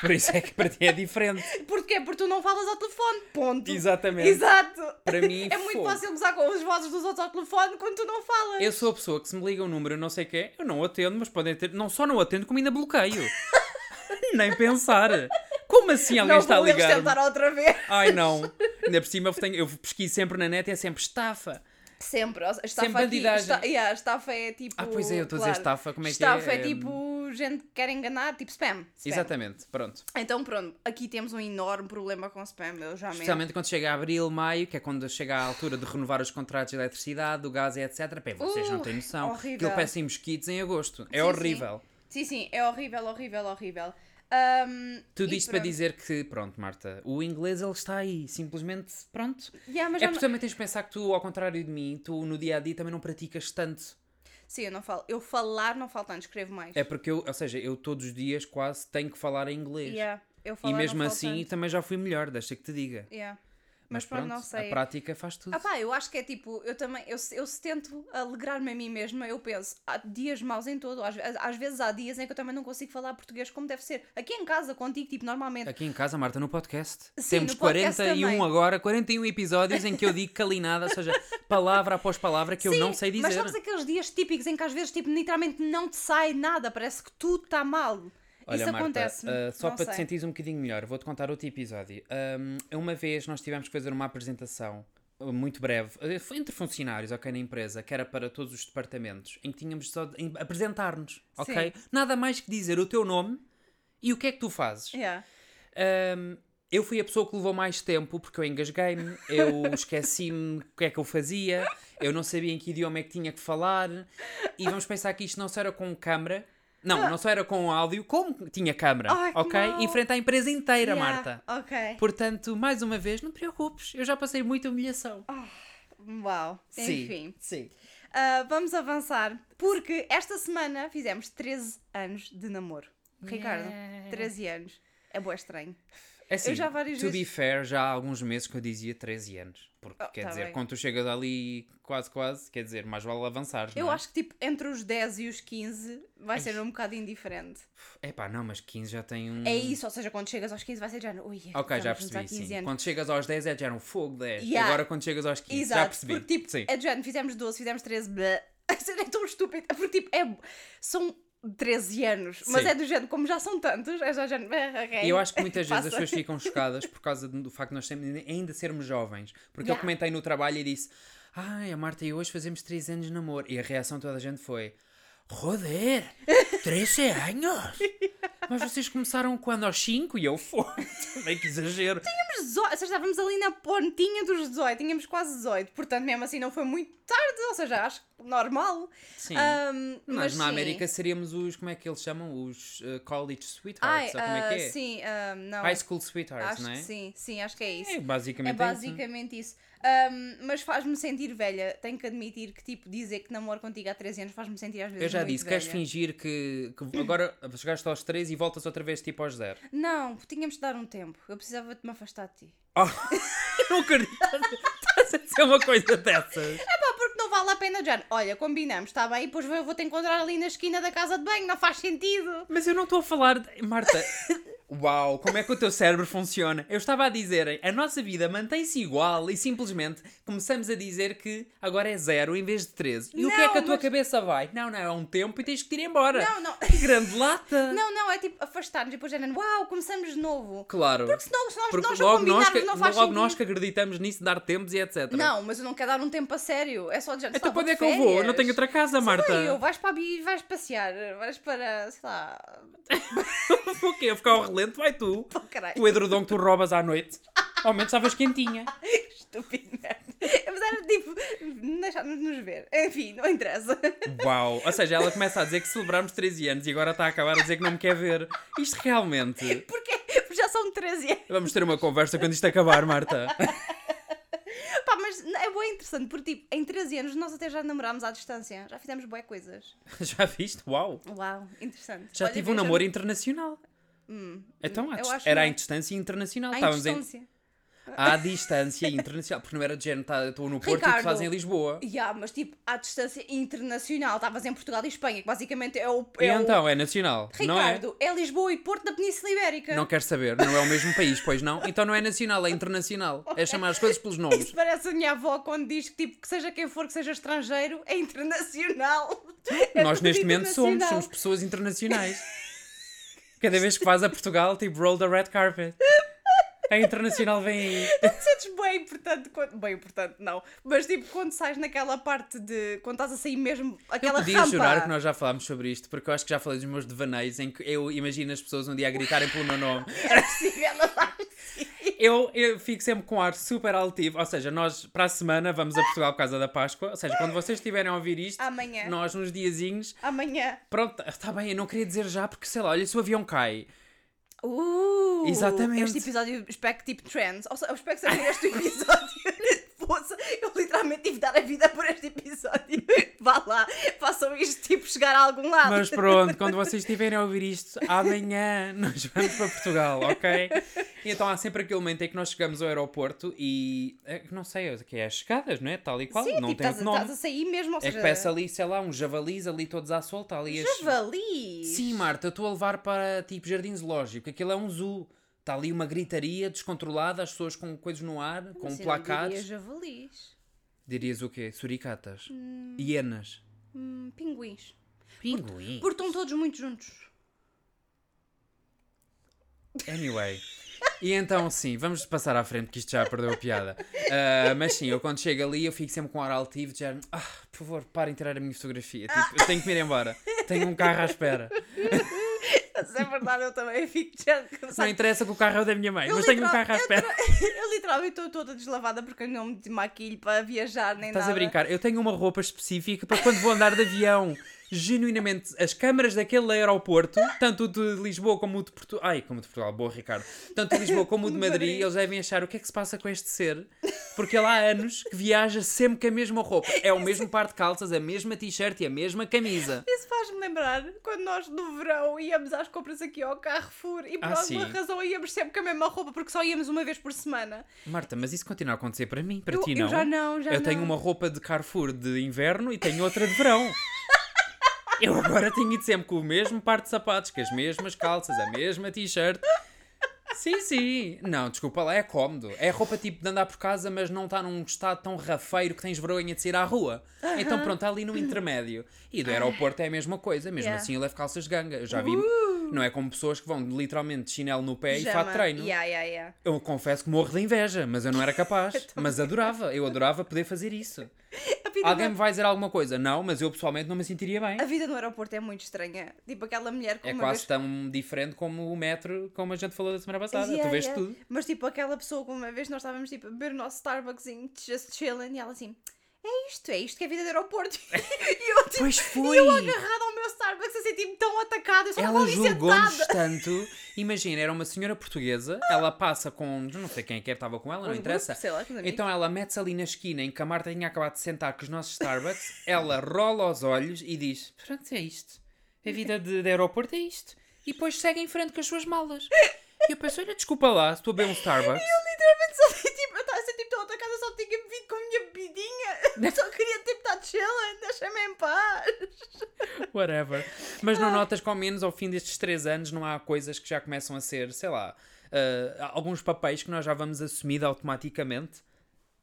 Speaker 2: Por isso é que para ti é diferente.
Speaker 1: Porquê? Porque tu não falas ao telefone. Ponto.
Speaker 2: Exatamente.
Speaker 1: Exato.
Speaker 2: Para mim,
Speaker 1: é muito
Speaker 2: fogo.
Speaker 1: fácil gozar com as vozes dos outros ao telefone quando tu não falas.
Speaker 2: Eu sou a pessoa que se me liga um número, eu não sei o quê, eu não atendo, mas podem ter. Não só não atendo, como ainda bloqueio. Nem pensar. Como assim alguém
Speaker 1: não
Speaker 2: está a
Speaker 1: vou eles
Speaker 2: ligar?
Speaker 1: tentar outra vez.
Speaker 2: Ai não. Ainda por cima eu, tenho, eu pesquiso sempre na net e é sempre estafa.
Speaker 1: Sempre. ou seja,
Speaker 2: Sempre
Speaker 1: Estafa aqui.
Speaker 2: bandidagem.
Speaker 1: Esta, yeah, estafa é tipo.
Speaker 2: Ah, pois é, eu estou a dizer
Speaker 1: claro.
Speaker 2: estafa, como é que
Speaker 1: Estafa
Speaker 2: é?
Speaker 1: é
Speaker 2: É,
Speaker 1: tipo gente que quer enganar, tipo spam. spam.
Speaker 2: Exatamente, pronto.
Speaker 1: Então pronto, aqui temos um enorme problema com spam, eu já mesmo.
Speaker 2: Especialmente quando chega a abril, maio, que é quando chega a altura de renovar os contratos de eletricidade, do gás e etc. Pá, vocês não
Speaker 1: Uh,
Speaker 2: têm noção.
Speaker 1: horrível.
Speaker 2: Aquilo parece mosquitos em agosto. É
Speaker 1: sim.
Speaker 2: horrível.
Speaker 1: Sim, sim, é horrível, horrível, horrível. Ahm,
Speaker 2: Tudo
Speaker 1: e
Speaker 2: isto para
Speaker 1: pronto.
Speaker 2: dizer que, pronto, Marta, o inglês ele está aí, simplesmente, pronto.
Speaker 1: Yeah, mas
Speaker 2: é
Speaker 1: eu
Speaker 2: porque
Speaker 1: não-
Speaker 2: também tens de pensar que tu, ao contrário de mim, tu no dia a dia também não praticas tanto.
Speaker 1: Sim, eu não falo. Eu falar não falo tanto, escrevo mais.
Speaker 2: É porque eu, ou seja, eu todos os dias quase tenho que falar em inglês.
Speaker 1: Yeah, eu
Speaker 2: e
Speaker 1: falar não
Speaker 2: mesmo
Speaker 1: falo
Speaker 2: assim
Speaker 1: tanto.
Speaker 2: também já fui melhor, deixa que te diga.
Speaker 1: Yeah.
Speaker 2: Mas,
Speaker 1: Mas
Speaker 2: pronto,
Speaker 1: pronto, não sei.
Speaker 2: a prática faz tudo.
Speaker 1: Ah pá, eu acho que é tipo, eu também, eu, se- eu se tento alegrar-me a mim mesma, eu penso, há dias maus em todo, às, ve- às vezes há dias em que eu também não consigo falar português como deve ser. Aqui em casa, contigo, tipo, normalmente,
Speaker 2: Aqui em casa, Marta, no podcast,
Speaker 1: Sim,
Speaker 2: temos
Speaker 1: no podcast
Speaker 2: 41
Speaker 1: também.
Speaker 2: agora, 41 episódios em que eu digo calinada, ou seja, palavra após palavra que eu
Speaker 1: Sim,
Speaker 2: não sei dizer.
Speaker 1: Mas sabes aqueles dias típicos em que às vezes tipo, literalmente não te sai nada, parece que tudo está mal.
Speaker 2: Olha,
Speaker 1: Isso
Speaker 2: Marta,
Speaker 1: acontece.
Speaker 2: ah, só para te
Speaker 1: sentir.
Speaker 2: sentires um bocadinho melhor, vou-te contar outro episódio. Ahm, uma vez nós tivemos que fazer uma apresentação ah, muito breve, ah, foi entre funcionários, ok, na empresa, que era para todos os departamentos, em que tínhamos só de em- apresentar-nos, ok? Nada mais que dizer o teu nome e o que é que tu fazes.
Speaker 1: Yeah.
Speaker 2: Ahm, Eu fui a pessoa que levou mais tempo porque eu engasguei-me, eu esqueci-me o que é que eu fazia, eu não sabia em que idioma é que tinha que falar. E vamos pensar que isto não só era com câmara, não, não só era com áudio, como tinha câmara,
Speaker 1: Ai, que
Speaker 2: ok?
Speaker 1: mal.
Speaker 2: Em frente à empresa inteira,
Speaker 1: Yeah,
Speaker 2: Marta.
Speaker 1: Ok.
Speaker 2: Portanto, mais uma vez, não te preocupes, eu já passei muita humilhação.
Speaker 1: Uau. Ah, Enfim.
Speaker 2: Sim.
Speaker 1: Ah, vamos avançar, porque esta semana fizemos 13 anos de namoro. Ricardo,
Speaker 2: Yeah.
Speaker 1: 13 anos. É bué estranho.
Speaker 2: É Assim,
Speaker 1: já várias
Speaker 2: to
Speaker 1: vezes-
Speaker 2: be fair, já há alguns meses que eu dizia 13 anos. Porque,
Speaker 1: Oh,
Speaker 2: quer
Speaker 1: tá
Speaker 2: dizer,
Speaker 1: bem.
Speaker 2: quando tu chegas ali quase, quase, quer dizer, mais vale avançar.
Speaker 1: Eu
Speaker 2: não é?
Speaker 1: acho que tipo entre os 10 e os 15 vai
Speaker 2: Ai.
Speaker 1: ser um bocado indiferente.
Speaker 2: Epá, não, mas 15 já tem um...
Speaker 1: É isso, ou seja, quando chegas aos 15 vai ser já. no- Ui, é
Speaker 2: Ok, já
Speaker 1: estamos juntos há
Speaker 2: percebi,
Speaker 1: 15
Speaker 2: sim.
Speaker 1: anos.
Speaker 2: Quando chegas aos 10 é já um fogo 10.
Speaker 1: Yeah.
Speaker 2: Agora quando chegas aos 15,
Speaker 1: Exato,
Speaker 2: já percebi.
Speaker 1: porque tipo,
Speaker 2: sim.
Speaker 1: é de género, fizemos 12, fizemos 13, blá. Isso é tão estúpido, porque tipo, é, são 13 anos, mas
Speaker 2: Sim.
Speaker 1: é do género, como já são tantos, é já do género, ah, ok.
Speaker 2: E eu acho que muitas vezes
Speaker 1: Passa.
Speaker 2: as pessoas ficam chocadas por causa do facto de nós sermos- ainda sermos jovens. Porque eu
Speaker 1: Yeah.
Speaker 2: comentei no trabalho e disse: Ai, a Marta e eu hoje fazemos 3 anos de namoro. E a reação de toda a gente foi: Roder, 13 anos? Mas vocês começaram quando? Aos 5? E eu fui. Bem que exagero.
Speaker 1: Tínhamos 18, ou seja, estávamos ali na pontinha dos 18, tínhamos quase 18, portanto, mesmo assim, não foi muito tarde, ou seja, acho que normal.
Speaker 2: Sim.
Speaker 1: Ahm,
Speaker 2: Nós na
Speaker 1: sim.
Speaker 2: América seríamos os, como é que eles chamam? Os eh, college
Speaker 1: Ai,
Speaker 2: sweethearts, ou como é que
Speaker 1: ah,
Speaker 2: é?
Speaker 1: Sim, ah, não.
Speaker 2: High school sweethearts,
Speaker 1: acho
Speaker 2: não é?
Speaker 1: que sim, sim, acho que é isso.
Speaker 2: É
Speaker 1: É
Speaker 2: basicamente, isso.
Speaker 1: basicamente isso. Ahm, mas faz-me sentir velha. Tenho que admitir que, tipo, dizer que namoro contigo há 13 anos faz-me sentir às vezes.
Speaker 2: Eu já
Speaker 1: muito
Speaker 2: disse, queres
Speaker 1: velha.
Speaker 2: fingir que, que agora chegaste aos 3 e voltas outra vez tipo aos 0.
Speaker 1: Não, tínhamos de dar um tempo. Eu precisava de me afastar de ti.
Speaker 2: não acredito. Estás a dizer uma coisa dessas.
Speaker 1: Pá, porque não vale a pena, Jan. Olha, combinamos, está bem? E depois eu vou-te encontrar ali na esquina da casa de banho, não faz sentido.
Speaker 2: Mas eu não estou a falar. de- Marta. Uau, como é que o teu cérebro funciona? Eu estava a dizer, a nossa vida mantém-se igual e simplesmente começamos a dizer que agora é 0 em vez de 13. E o que é que a
Speaker 1: Não,
Speaker 2: tua
Speaker 1: mas-
Speaker 2: cabeça vai? Não, não, é um tempo e tens que te ir embora.
Speaker 1: Não, não.
Speaker 2: Que grande lata.
Speaker 1: Não, não, é tipo afastar-nos e depois, Jan, uau, começamos de novo.
Speaker 2: Claro.
Speaker 1: Porque senão, se nós,
Speaker 2: Porque
Speaker 1: nós não
Speaker 2: logo, nós
Speaker 1: combinarmos,
Speaker 2: que,
Speaker 1: não faz
Speaker 2: logo
Speaker 1: sentido.
Speaker 2: nós que acreditamos nisso, dar tempos e etc.
Speaker 1: Não, mas eu não quero dar um tempo a sério. É só de Jan.
Speaker 2: Então quando é que eu vou? Eu não tenho outra casa, Marta.
Speaker 1: Sei lá, eu, vais para a Bi, vais passear, vais para, sei lá,
Speaker 2: O quê? Ficar ao relento, vai tu.
Speaker 1: Oh, caralho.
Speaker 2: O edredom que tu roubas à noite. Ao menos estavas quentinha.
Speaker 1: Estúpido, merda. Mas era tipo, deixar-nos ver. Enfim, não interessa.
Speaker 2: Uau! Ou seja, ela começa a dizer que celebramos 13 anos e agora está a acabar a dizer que não me quer ver. Isto realmente.
Speaker 1: É Porque porque já são 13 anos.
Speaker 2: Vamos ter uma conversa quando isto acabar, Marta.
Speaker 1: Pá, mas é bem interessante, porque tipo, em 13 anos nós até já namorámos à distância. Já fizemos boé coisas.
Speaker 2: Já viste? Uau!
Speaker 1: Uau, interessante.
Speaker 2: Já
Speaker 1: Olha,
Speaker 2: tive um
Speaker 1: veja- Hum,
Speaker 2: namoro internacional. então, à
Speaker 1: eu
Speaker 2: dist-
Speaker 1: acho que
Speaker 2: era
Speaker 1: não.
Speaker 2: à distância internacional.
Speaker 1: À
Speaker 2: Estávamos em-
Speaker 1: distância.
Speaker 2: à distância internacional. Porque não era de género, tá, eu estou no Porto e
Speaker 1: Ricardo.
Speaker 2: tu estás em Lisboa.
Speaker 1: Ya, mas tipo, à distância internacional. Estavas em Portugal e Espanha, que basicamente é o...
Speaker 2: E
Speaker 1: É o-
Speaker 2: então, é nacional. não é?
Speaker 1: Ricardo, é? Lisboa e Porto da Península Ibérica.
Speaker 2: Não quero saber, não é o mesmo país, pois não? Então não é nacional, é internacional. É chamar as coisas pelos nomes.
Speaker 1: Isso parece a minha avó quando diz que, tipo, que seja quem for, que seja estrangeiro, é internacional. É
Speaker 2: Nós
Speaker 1: tudo
Speaker 2: neste momento somos,
Speaker 1: internacional.
Speaker 2: somos pessoas internacionais. Cada vez que vais a Portugal, tipo, roll the red carpet. A internacional vem aí.
Speaker 1: te sentes bem importante quando... Bem importante, não. Mas tipo, quando sais naquela parte de... Quando estás a sair mesmo, aquela
Speaker 2: Podia
Speaker 1: rampa.
Speaker 2: jurar que nós já falámos sobre isto, porque eu acho que já falei dos meus devaneios em que eu imagino as pessoas um dia a gritarem pelo meu nome.
Speaker 1: É possível, ela vai-
Speaker 2: Eu, eu fico sempre com um ar super altivo. Ou seja, nós para a semana vamos a Portugal por causa da Páscoa. Ou seja, quando vocês estiverem a ouvir isto,
Speaker 1: Amanhã.
Speaker 2: nós nos diazinhos.
Speaker 1: Amanhã.
Speaker 2: Pronto, está bem, eu não queria dizer já, porque sei lá, olha, se o avião cai.
Speaker 1: Uh,
Speaker 2: Exatamente.
Speaker 1: Este episódio, espero que tipo trends. Ou seja, eu espero que seja este episódio. Poça, eu literalmente tive de dar a vida por este episódio. Vá lá, façam isto tipo chegar a algum lado.
Speaker 2: Mas pronto, quando vocês estiverem a ouvir isto, amanhã nós vamos para Portugal, ok? E então há sempre aquele momento em que nós chegamos ao aeroporto e. é que Não sei, é que é as chegadas, não é? Tal e qual.
Speaker 1: Sim,
Speaker 2: não
Speaker 1: tipo,
Speaker 2: tem
Speaker 1: estás,
Speaker 2: outro
Speaker 1: a-
Speaker 2: nome.
Speaker 1: estás a sair mesmo, ou
Speaker 2: É
Speaker 1: seja...
Speaker 2: que peça ali, sei lá, uns javalis ali todos à solta. Ali as-
Speaker 1: Javalis.
Speaker 2: Sim, Marta, eu estou a levar para tipo jardim zoológico, aquilo é um zoo. Está ali uma gritaria descontrolada, as pessoas com coisas no ar,
Speaker 1: Mas
Speaker 2: com
Speaker 1: eu assim, não
Speaker 2: placares.
Speaker 1: diria javalis.
Speaker 2: Dirias o quê? Suricatas? Hienas?
Speaker 1: Hum, pinguins.
Speaker 2: Pinguim?
Speaker 1: Porque estão todos muito juntos.
Speaker 2: Anyway. E então, sim, vamos passar à frente que isto já perdeu a piada. Ah, mas sim, eu quando chego ali, eu fico sempre com ar altivo, de género, ah, por favor, parem de tirar a minha fotografia. Tipo, eu tenho que me ir embora. Tenho um carro à espera.
Speaker 1: Mas é verdade, eu também fico já
Speaker 2: Não
Speaker 1: cansada.
Speaker 2: interessa que o carro é o da minha mãe,
Speaker 1: Eu
Speaker 2: mas tenho um
Speaker 1: literal-
Speaker 2: carro à espera.
Speaker 1: Eu literalmente estou toda deslavada porque eu não me maquilho para viajar nem
Speaker 2: Estás
Speaker 1: nada.
Speaker 2: a brincar? Eu tenho uma roupa específica para quando vou andar de avião. Genuinamente, as câmaras daquele aeroporto, tanto o de Lisboa como o de Portugal. Ai, como o de Portugal, boa, Ricardo. Tanto o de Lisboa como o de
Speaker 1: De
Speaker 2: Madrid,
Speaker 1: Madrid.
Speaker 2: eles devem achar o que é que se passa com este ser. Porque ele há anos que viaja sempre com a mesma roupa. É o mesmo par de calças, a mesma t-shirt e a mesma camisa.
Speaker 1: Isso faz-me lembrar quando nós no verão íamos às compras aqui ao Carrefour e por
Speaker 2: Ah,
Speaker 1: alguma
Speaker 2: sim.
Speaker 1: razão íamos sempre com a mesma roupa porque só íamos uma vez por semana.
Speaker 2: Marta, mas isso continua a acontecer para mim, para
Speaker 1: Eu- eu
Speaker 2: ti não.
Speaker 1: já não, já
Speaker 2: Eu tenho
Speaker 1: não.
Speaker 2: uma roupa de Carrefour de inverno e tenho outra de verão. eu agora tenho ido sempre com o mesmo par de sapatos, com as mesmas calças, a mesma t-shirt. Sim, sim. Não, desculpa lá, é cómodo. É roupa tipo de andar por casa, mas não está num estado tão rafeiro que tens vergonha de sair à rua. Então pronto, está ali no intermédio. E do aeroporto é a mesma coisa, mesmo
Speaker 1: Yeah.
Speaker 2: assim eu levo calças de ganga. Eu já vi. Não é como pessoas que vão literalmente de chinelo no pé É, e
Speaker 1: Pijama.
Speaker 2: fato de treino.
Speaker 1: Yeah, yeah, yeah.
Speaker 2: Eu confesso que morro de inveja, mas eu não era capaz. mas adorava, eu adorava poder fazer isso.
Speaker 1: A vida
Speaker 2: Alguém
Speaker 1: no-
Speaker 2: me vai dizer alguma coisa? Não, mas eu pessoalmente não me sentiria bem.
Speaker 1: A vida no aeroporto é muito estranha. Tipo aquela mulher que
Speaker 2: É
Speaker 1: uma
Speaker 2: quase
Speaker 1: vez...
Speaker 2: tão diferente como o metro, como a gente falou da semana passada. tu vês tudo.
Speaker 1: Mas tipo aquela pessoa que uma vez nós estávamos tipo a beber o nosso Starbucksinho, just chilling, e ela assim, é isto, é isto que é a vida do aeroporto. e eu tipo,
Speaker 2: Pois
Speaker 1: e eu
Speaker 2: foi!
Speaker 1: agarrada ao meu Starbucks a sentir-me tão atacada, eu só é estava
Speaker 2: Ela
Speaker 1: ali sentada.
Speaker 2: julgou-nos tanto. Imagina, era uma senhora portuguesa, ela passa com. Não sei quem é que estava com ela, não
Speaker 1: Um
Speaker 2: interessa.
Speaker 1: grupo, sei lá, com os amigos.
Speaker 2: Então ela mete-se ali na esquina em que a Marta tinha acabado de sentar com os nossos Starbucks, ela rola os olhos e diz: Pronto, é isto. A vida de, de aeroporto é isto. E depois segue em frente com as suas malas. E eu penso: Olha, desculpa lá, estou a beber um Starbucks.
Speaker 1: Literalmente só senti, tipo, eu estava a sentir tão atacada, só tinha bebido com a minha bebidinha. só queria tipo estar chilling, deixa-me em paz.
Speaker 2: Whatever. Mas
Speaker 1: Ah.
Speaker 2: não notas que ao menos ao fim destes três anos não há coisas que já começam a ser, sei lá, ah, alguns papéis que nós já vamos assumir automaticamente.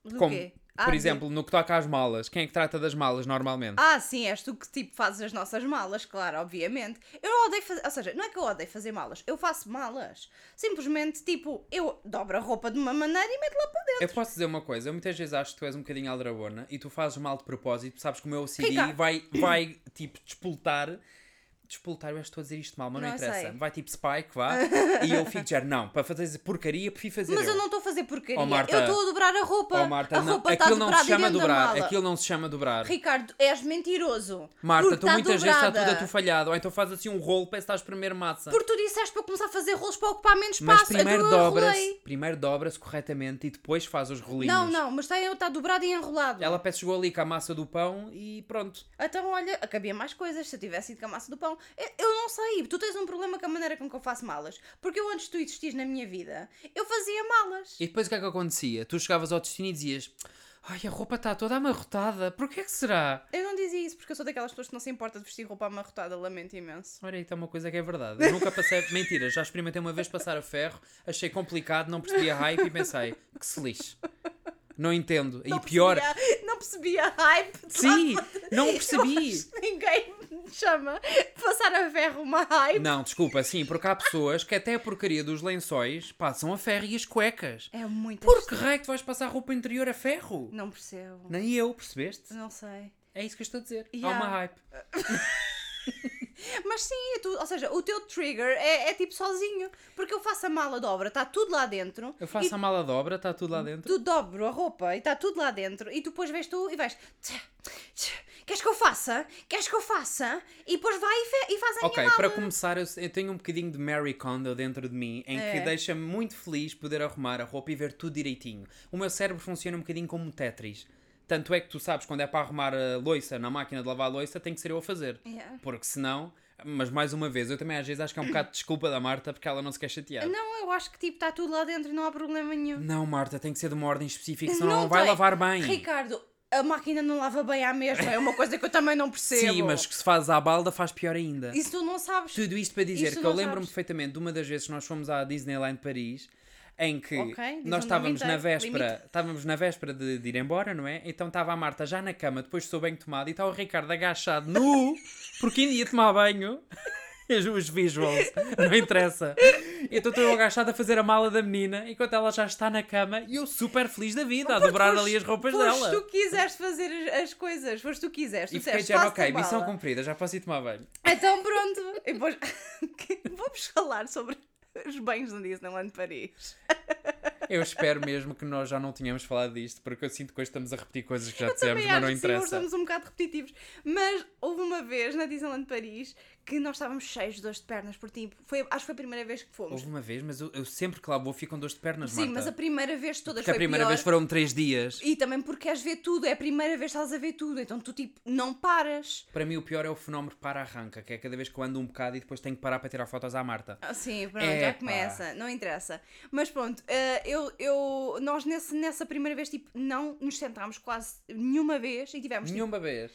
Speaker 1: Do
Speaker 2: Como,
Speaker 1: quê? Ah,
Speaker 2: por
Speaker 1: de-
Speaker 2: exemplo, no que toca às malas. Quem é que trata das malas normalmente?
Speaker 1: Ah, sim, és tu que tipo fazes as nossas malas, claro, obviamente. Eu não odeio fazer, ou seja, não é que eu odeio fazer malas, eu faço malas. Simplesmente, tipo, eu dobro a roupa de uma maneira e meto lá para dentro.
Speaker 2: Eu posso dizer uma coisa, eu muitas vezes acho que tu és um bocadinho aldrabona e tu fazes mal de propósito, sabes que o meu CD
Speaker 1: Ricardo.
Speaker 2: vai, vai tipo despoltar. Despoltar, eu acho que estou a dizer isto mal, mas não,
Speaker 1: Não
Speaker 2: interessa.
Speaker 1: sei.
Speaker 2: Vai tipo Spike, vá. e eu fico já, não, para fazer essa porcaria, prefiro fazer.
Speaker 1: Mas eu não estou a fazer porcaria,
Speaker 2: Oh, Marta.
Speaker 1: eu estou a dobrar a roupa.
Speaker 2: Oh, Marta,
Speaker 1: a
Speaker 2: não,
Speaker 1: roupa está
Speaker 2: aquilo não
Speaker 1: dobrada
Speaker 2: se chama
Speaker 1: dentro da
Speaker 2: dobrar.
Speaker 1: mala.
Speaker 2: Aquilo não se chama dobrar.
Speaker 1: Ricardo, és mentiroso.
Speaker 2: Marta,
Speaker 1: Porque
Speaker 2: tu
Speaker 1: tá
Speaker 2: muitas vezes está tudo
Speaker 1: dobrada.
Speaker 2: atufalhado. Ou então faz assim um rolo, parece que estás a espremer massa.
Speaker 1: Porque tu disseste para eu começar a fazer rolos para ocupar menos espaço.
Speaker 2: Mas
Speaker 1: então
Speaker 2: primeiro
Speaker 1: eu
Speaker 2: dobra-se
Speaker 1: enrolei.
Speaker 2: primeiro dobra-se corretamente e depois faz os rolinhos.
Speaker 1: Não, não, mas está, está dobrado e enrolado.
Speaker 2: Ela parece que chegou ali com a massa do pão e pronto.
Speaker 1: Então, olha, acabia mais coisas se eu tivesse ido com a massa do pão. Eu, eu não sei, tu tens um problema com a maneira com que eu faço malas. Porque eu, antes de tu existires na minha vida, eu fazia malas.
Speaker 2: E depois o que é que acontecia? Tu chegavas ao destino e dizias: Ai, a roupa está toda amarrotada, por que é que será?
Speaker 1: Eu não dizia isso porque eu sou daquelas pessoas que não se importa de vestir roupa amarrotada, lamento imenso.
Speaker 2: Olha, aí está uma coisa que é verdade. Eu nunca passei. Mentira, já experimentei uma vez passar a ferro, achei complicado, não percebi a hype e pensei: Que se lixe. Não entendo. e pior.
Speaker 1: Percebia- não percebia a hype. de lá.
Speaker 2: Sim, não
Speaker 1: Eu
Speaker 2: percebi.
Speaker 1: acho que Ninguém me chama de passar a ferro uma hype.
Speaker 2: Não, desculpa, sim, porque há pessoas que até a porcaria dos lençóis passam a ferro e as cuecas.
Speaker 1: É muito
Speaker 2: Por que raio que tu vais passar roupa interior a ferro?
Speaker 1: Não percebo.
Speaker 2: Nem eu, percebeste?
Speaker 1: Não sei.
Speaker 2: É isso que eu estou a dizer. Há
Speaker 1: Yeah.
Speaker 2: uma hype.
Speaker 1: Mas sim, é tu- ou seja, o teu trigger é, é tipo sozinho. Porque eu faço a mala de obra, está tudo lá dentro.
Speaker 2: Eu faço a mala dobra, está tudo lá dentro.
Speaker 1: Tu dobro a roupa e está tudo lá dentro e tu depois vês tu e vais "Tch, tch, queres que eu faça? Queres que eu faça? E depois vai e, fe- e faz a
Speaker 2: Ok,
Speaker 1: minha
Speaker 2: para
Speaker 1: mala.
Speaker 2: começar, eu, eu tenho um bocadinho de Mary Kondo dentro de mim, em
Speaker 1: É.
Speaker 2: que deixa-me muito feliz poder arrumar a roupa e ver tudo direitinho. O meu cérebro funciona um bocadinho como um Tetris. Tanto é que tu sabes, quando é para arrumar a loiça na máquina de lavar a loiça, tem que ser eu a fazer.
Speaker 1: Yeah.
Speaker 2: Porque senão. Mas mais uma vez, eu também às vezes acho que é um bocado de desculpa da Marta porque ela não se quer chatear. Não,
Speaker 1: Não, eu acho que tipo está tudo lá dentro e não há problema nenhum.
Speaker 2: Marta, tem que ser de uma ordem específica, senão não,
Speaker 1: Não
Speaker 2: vai
Speaker 1: tem.
Speaker 2: lavar bem.
Speaker 1: Ricardo, a máquina não lava bem à mesma, é uma coisa que eu também não percebo.
Speaker 2: Sim, mas que se faz à balda faz pior ainda.
Speaker 1: Isso tu não sabes.
Speaker 2: Tudo isto para dizer
Speaker 1: Isso
Speaker 2: que eu
Speaker 1: não
Speaker 2: lembro-me
Speaker 1: sabes.
Speaker 2: perfeitamente de uma das vezes que nós fomos à Disneyland Paris em que
Speaker 1: Ok, diz
Speaker 2: nós
Speaker 1: um
Speaker 2: estávamos
Speaker 1: nome
Speaker 2: na
Speaker 1: inteiro,
Speaker 2: véspera,
Speaker 1: limite.
Speaker 2: estávamos na véspera de, de ir embora, não é? Então estava a Marta já na cama, depois sou bem tomado e está o Ricardo agachado nu, porque ainda ia tomar banho. Os os visuals, não interessa. E então estou eu agachado a fazer a mala da menina enquanto ela já está na cama e eu super feliz da vida tá a dobrar ali as roupas
Speaker 1: foste
Speaker 2: dela.
Speaker 1: tu que quiseste fazer as, as coisas, foste tu que quiseste.
Speaker 2: E
Speaker 1: tu
Speaker 2: fiquei
Speaker 1: disseste,
Speaker 2: dizendo,
Speaker 1: "Faço-te a
Speaker 2: ok, missão
Speaker 1: mala."
Speaker 2: cumprida, já posso ir tomar banho.
Speaker 1: Então pronto, E depois- vamos falar sobre os banhos no Disneyland Paris.
Speaker 2: Eu espero mesmo que nós já não tínhamos falado disto, porque eu sinto que hoje estamos a repetir coisas que já dissemos,
Speaker 1: Também
Speaker 2: mas
Speaker 1: acho
Speaker 2: não
Speaker 1: que sim, hoje
Speaker 2: interessa.
Speaker 1: somos um bocado repetitivos. Mas houve uma vez na Disneyland Paris que nós estávamos cheios de dores de pernas por tipo, foi, acho que foi a primeira vez que fomos.
Speaker 2: Houve uma vez, mas eu, eu sempre que lá vou fico com dores de pernas,
Speaker 1: Sim,
Speaker 2: Marta.
Speaker 1: mas a primeira vez de todas
Speaker 2: Porque a
Speaker 1: foi
Speaker 2: primeira
Speaker 1: pior.
Speaker 2: vez foram três dias.
Speaker 1: E também porque queres ver tudo, é a primeira vez que estás a ver tudo, então tu tipo, não paras.
Speaker 2: Para mim o pior é o fenómeno para-arranca, que é cada vez que eu ando um bocado e depois tenho que parar para tirar fotos à Marta.
Speaker 1: Ah, Sim, pronto, já
Speaker 2: Epá.
Speaker 1: começa, não interessa. Mas pronto, eh, eu, eu, nós nesse, nessa primeira vez, tipo, não nos sentámos quase nenhuma vez e tivemos tipo,
Speaker 2: Nenhuma vez.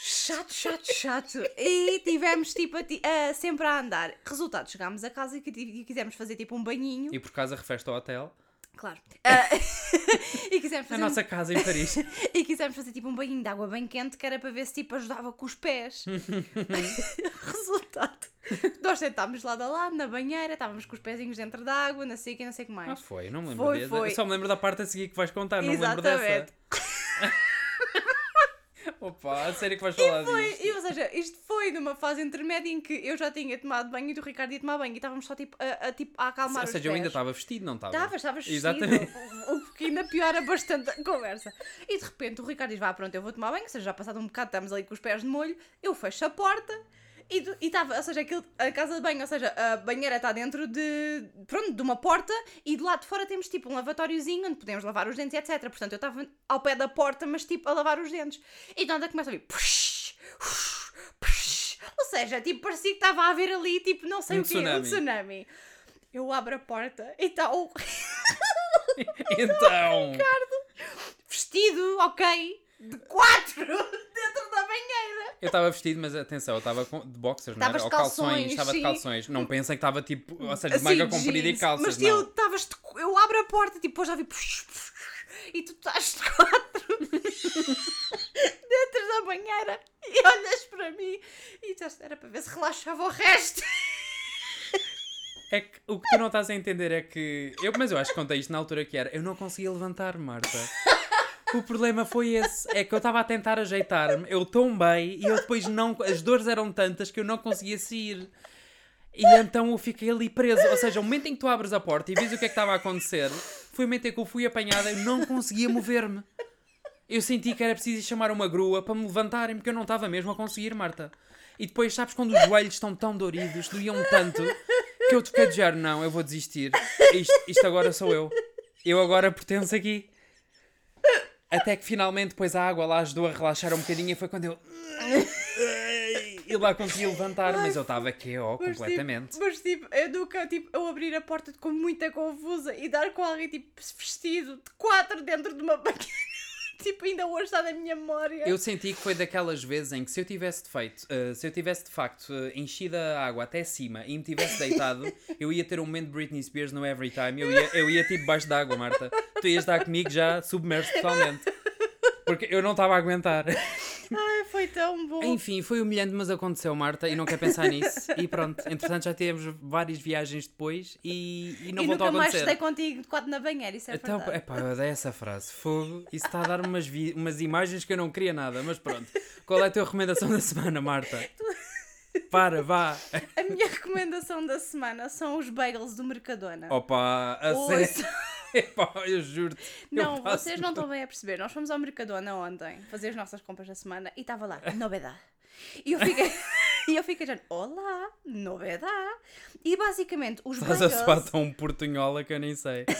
Speaker 1: chato, chato, chato. E tivemos tipo a ti- a sempre a andar. Resultado, chegámos a casa e, que- e quisemos fazer tipo um banhinho.
Speaker 2: E por causa refeste ao hotel.
Speaker 1: Claro. Ah, e, quisemos
Speaker 2: Na
Speaker 1: fazer um-
Speaker 2: nossa casa em Paris.
Speaker 1: e quisemos fazer tipo um banhinho de água bem quente que era para ver se tipo ajudava com os pés. Resultado. Nós sentámos lado a lado na banheira, estávamos com os pezinhos dentro da água, não sei o que, não sei o que mais.
Speaker 2: Ah, foi, não me lembro
Speaker 1: Foi,
Speaker 2: desse.
Speaker 1: foi.
Speaker 2: Eu só me lembro da parte a seguir que vais contar, não me lembro
Speaker 1: Exatamente.
Speaker 2: dessa. Opa, a sério que vais falar
Speaker 1: Foi,
Speaker 2: disto?
Speaker 1: e, ou seja, isto foi numa fase intermédia em que eu já tinha tomado banho e o Ricardo ia tomar banho e estávamos só tipo a, a, tipo, a acalmar
Speaker 2: Ou
Speaker 1: os
Speaker 2: seja, eu
Speaker 1: pés.
Speaker 2: ainda estava vestido, não estava?
Speaker 1: Estavas, estavas
Speaker 2: Exatamente.
Speaker 1: vestido, o, o que ainda piora bastante a conversa. E de repente o Ricardo diz, vá, pronto, eu vou tomar banho, ou seja, já passado um bocado, estamos ali com os pés de molho, eu fecho a porta e do- e estava, ou seja, aquilo, a casa de banho, ou seja, a banheira está dentro de, pronto, de uma porta e de lá de fora temos tipo um lavatóriozinho onde podemos lavar os dentes, etc. Portanto, eu estava ao pé da porta, mas tipo a lavar os dentes. E de nada começa a vir, push, push, push. Ou seja, tipo, parecia que estava a haver ali, tipo, não sei
Speaker 2: Um
Speaker 1: o quê, um
Speaker 2: tsunami.
Speaker 1: tsunami. Eu abro a porta e está o
Speaker 2: Então,
Speaker 1: vestido, ok, de quatro dentro da banheira.
Speaker 2: eu estava vestido, mas atenção, eu estava com- de boxers, não era?
Speaker 1: Estavas de
Speaker 2: Ou
Speaker 1: calções,
Speaker 2: estava de
Speaker 1: sim.
Speaker 2: calções. Não pensem que estava tipo, ou seja,
Speaker 1: Assim,
Speaker 2: manga comprida e
Speaker 1: jeans.
Speaker 2: calças,
Speaker 1: Mas
Speaker 2: não.
Speaker 1: eu estavas de qu- eu abro a porta e depois já vi psh, psh, e tu estás de quatro dentro da banheira e olhas para mim e disseste, era para ver se relaxava o resto.
Speaker 2: É que o que tu não estás a entender é que. Eu, mas eu acho que contei isto na altura que era. Eu não conseguia levantar, Marta. O problema foi esse. É que eu estava a tentar ajeitar-me, eu tombei e eu depois não. As dores eram tantas que eu não conseguia sair. E então eu fiquei ali preso. Ou seja, o momento em que tu abres a porta e vês o que é que estava a acontecer, foi o momento em que eu fui apanhada e não conseguia mover-me. Eu senti que era preciso ir chamar uma grua para me levantarem, porque eu não estava mesmo a conseguir, Marta. E depois, sabes, quando os joelhos estão tão doridos, doiam tanto, que eu te fiquei de género, não, eu vou desistir. Isto, isto agora sou eu. Eu agora pertenço aqui. Até que finalmente depois a água lá ajudou a relaxar um bocadinho e foi quando eu... E lá consegui levantar, mas eu estava
Speaker 1: Mas,
Speaker 2: QO
Speaker 1: tipo,
Speaker 2: completamente.
Speaker 1: Mas tipo, eu nunca, tipo, eu abrir a porta com muita confusa e dar com alguém, tipo, vestido de quatro dentro de uma banheira. tipo, ainda hoje está na minha memória.
Speaker 2: Eu senti que foi daquelas vezes em que se eu tivesse de feito, eh, se eu tivesse de facto eh, enchido a água até cima e me tivesse deitado, eu ia ter um momento de Britney Spears no Every Time. Eu ia, eu ia tipo debaixo d'água, Marta. Tu ias estar comigo já submerso totalmente. Porque eu não estava a aguentar.
Speaker 1: Ai, foi tão bom.
Speaker 2: Enfim, foi humilhante, mas aconteceu, Marta, e não quer pensar nisso. E pronto, entretanto já tivemos várias viagens depois e, e não
Speaker 1: e
Speaker 2: voltou
Speaker 1: nunca
Speaker 2: a
Speaker 1: mais
Speaker 2: acontecer.
Speaker 1: estei contigo de quatro na banheira, isso é
Speaker 2: Então,
Speaker 1: verdade.
Speaker 2: epá, eu dei essa frase. Fogo, isso está a dar umas, vi- umas imagens que eu não queria nada, mas pronto. Qual é a tua recomendação da semana, Marta? Para, vá.
Speaker 1: A minha recomendação da semana são os bagels do Mercadona.
Speaker 2: Opa, a
Speaker 1: Oi.
Speaker 2: Oh, sério. Epá, eu juro-te. eu
Speaker 1: não,
Speaker 2: faço-
Speaker 1: vocês não estão bem a perceber. Nós fomos ao Mercadona ontem fazer as nossas compras da semana e estava lá, novidade. E eu fiquei, e eu fiquei já, olá, novidade. E basicamente os
Speaker 2: Estás a
Speaker 1: bagels. Oh,
Speaker 2: soar tão portunhola que eu nem sei. Quem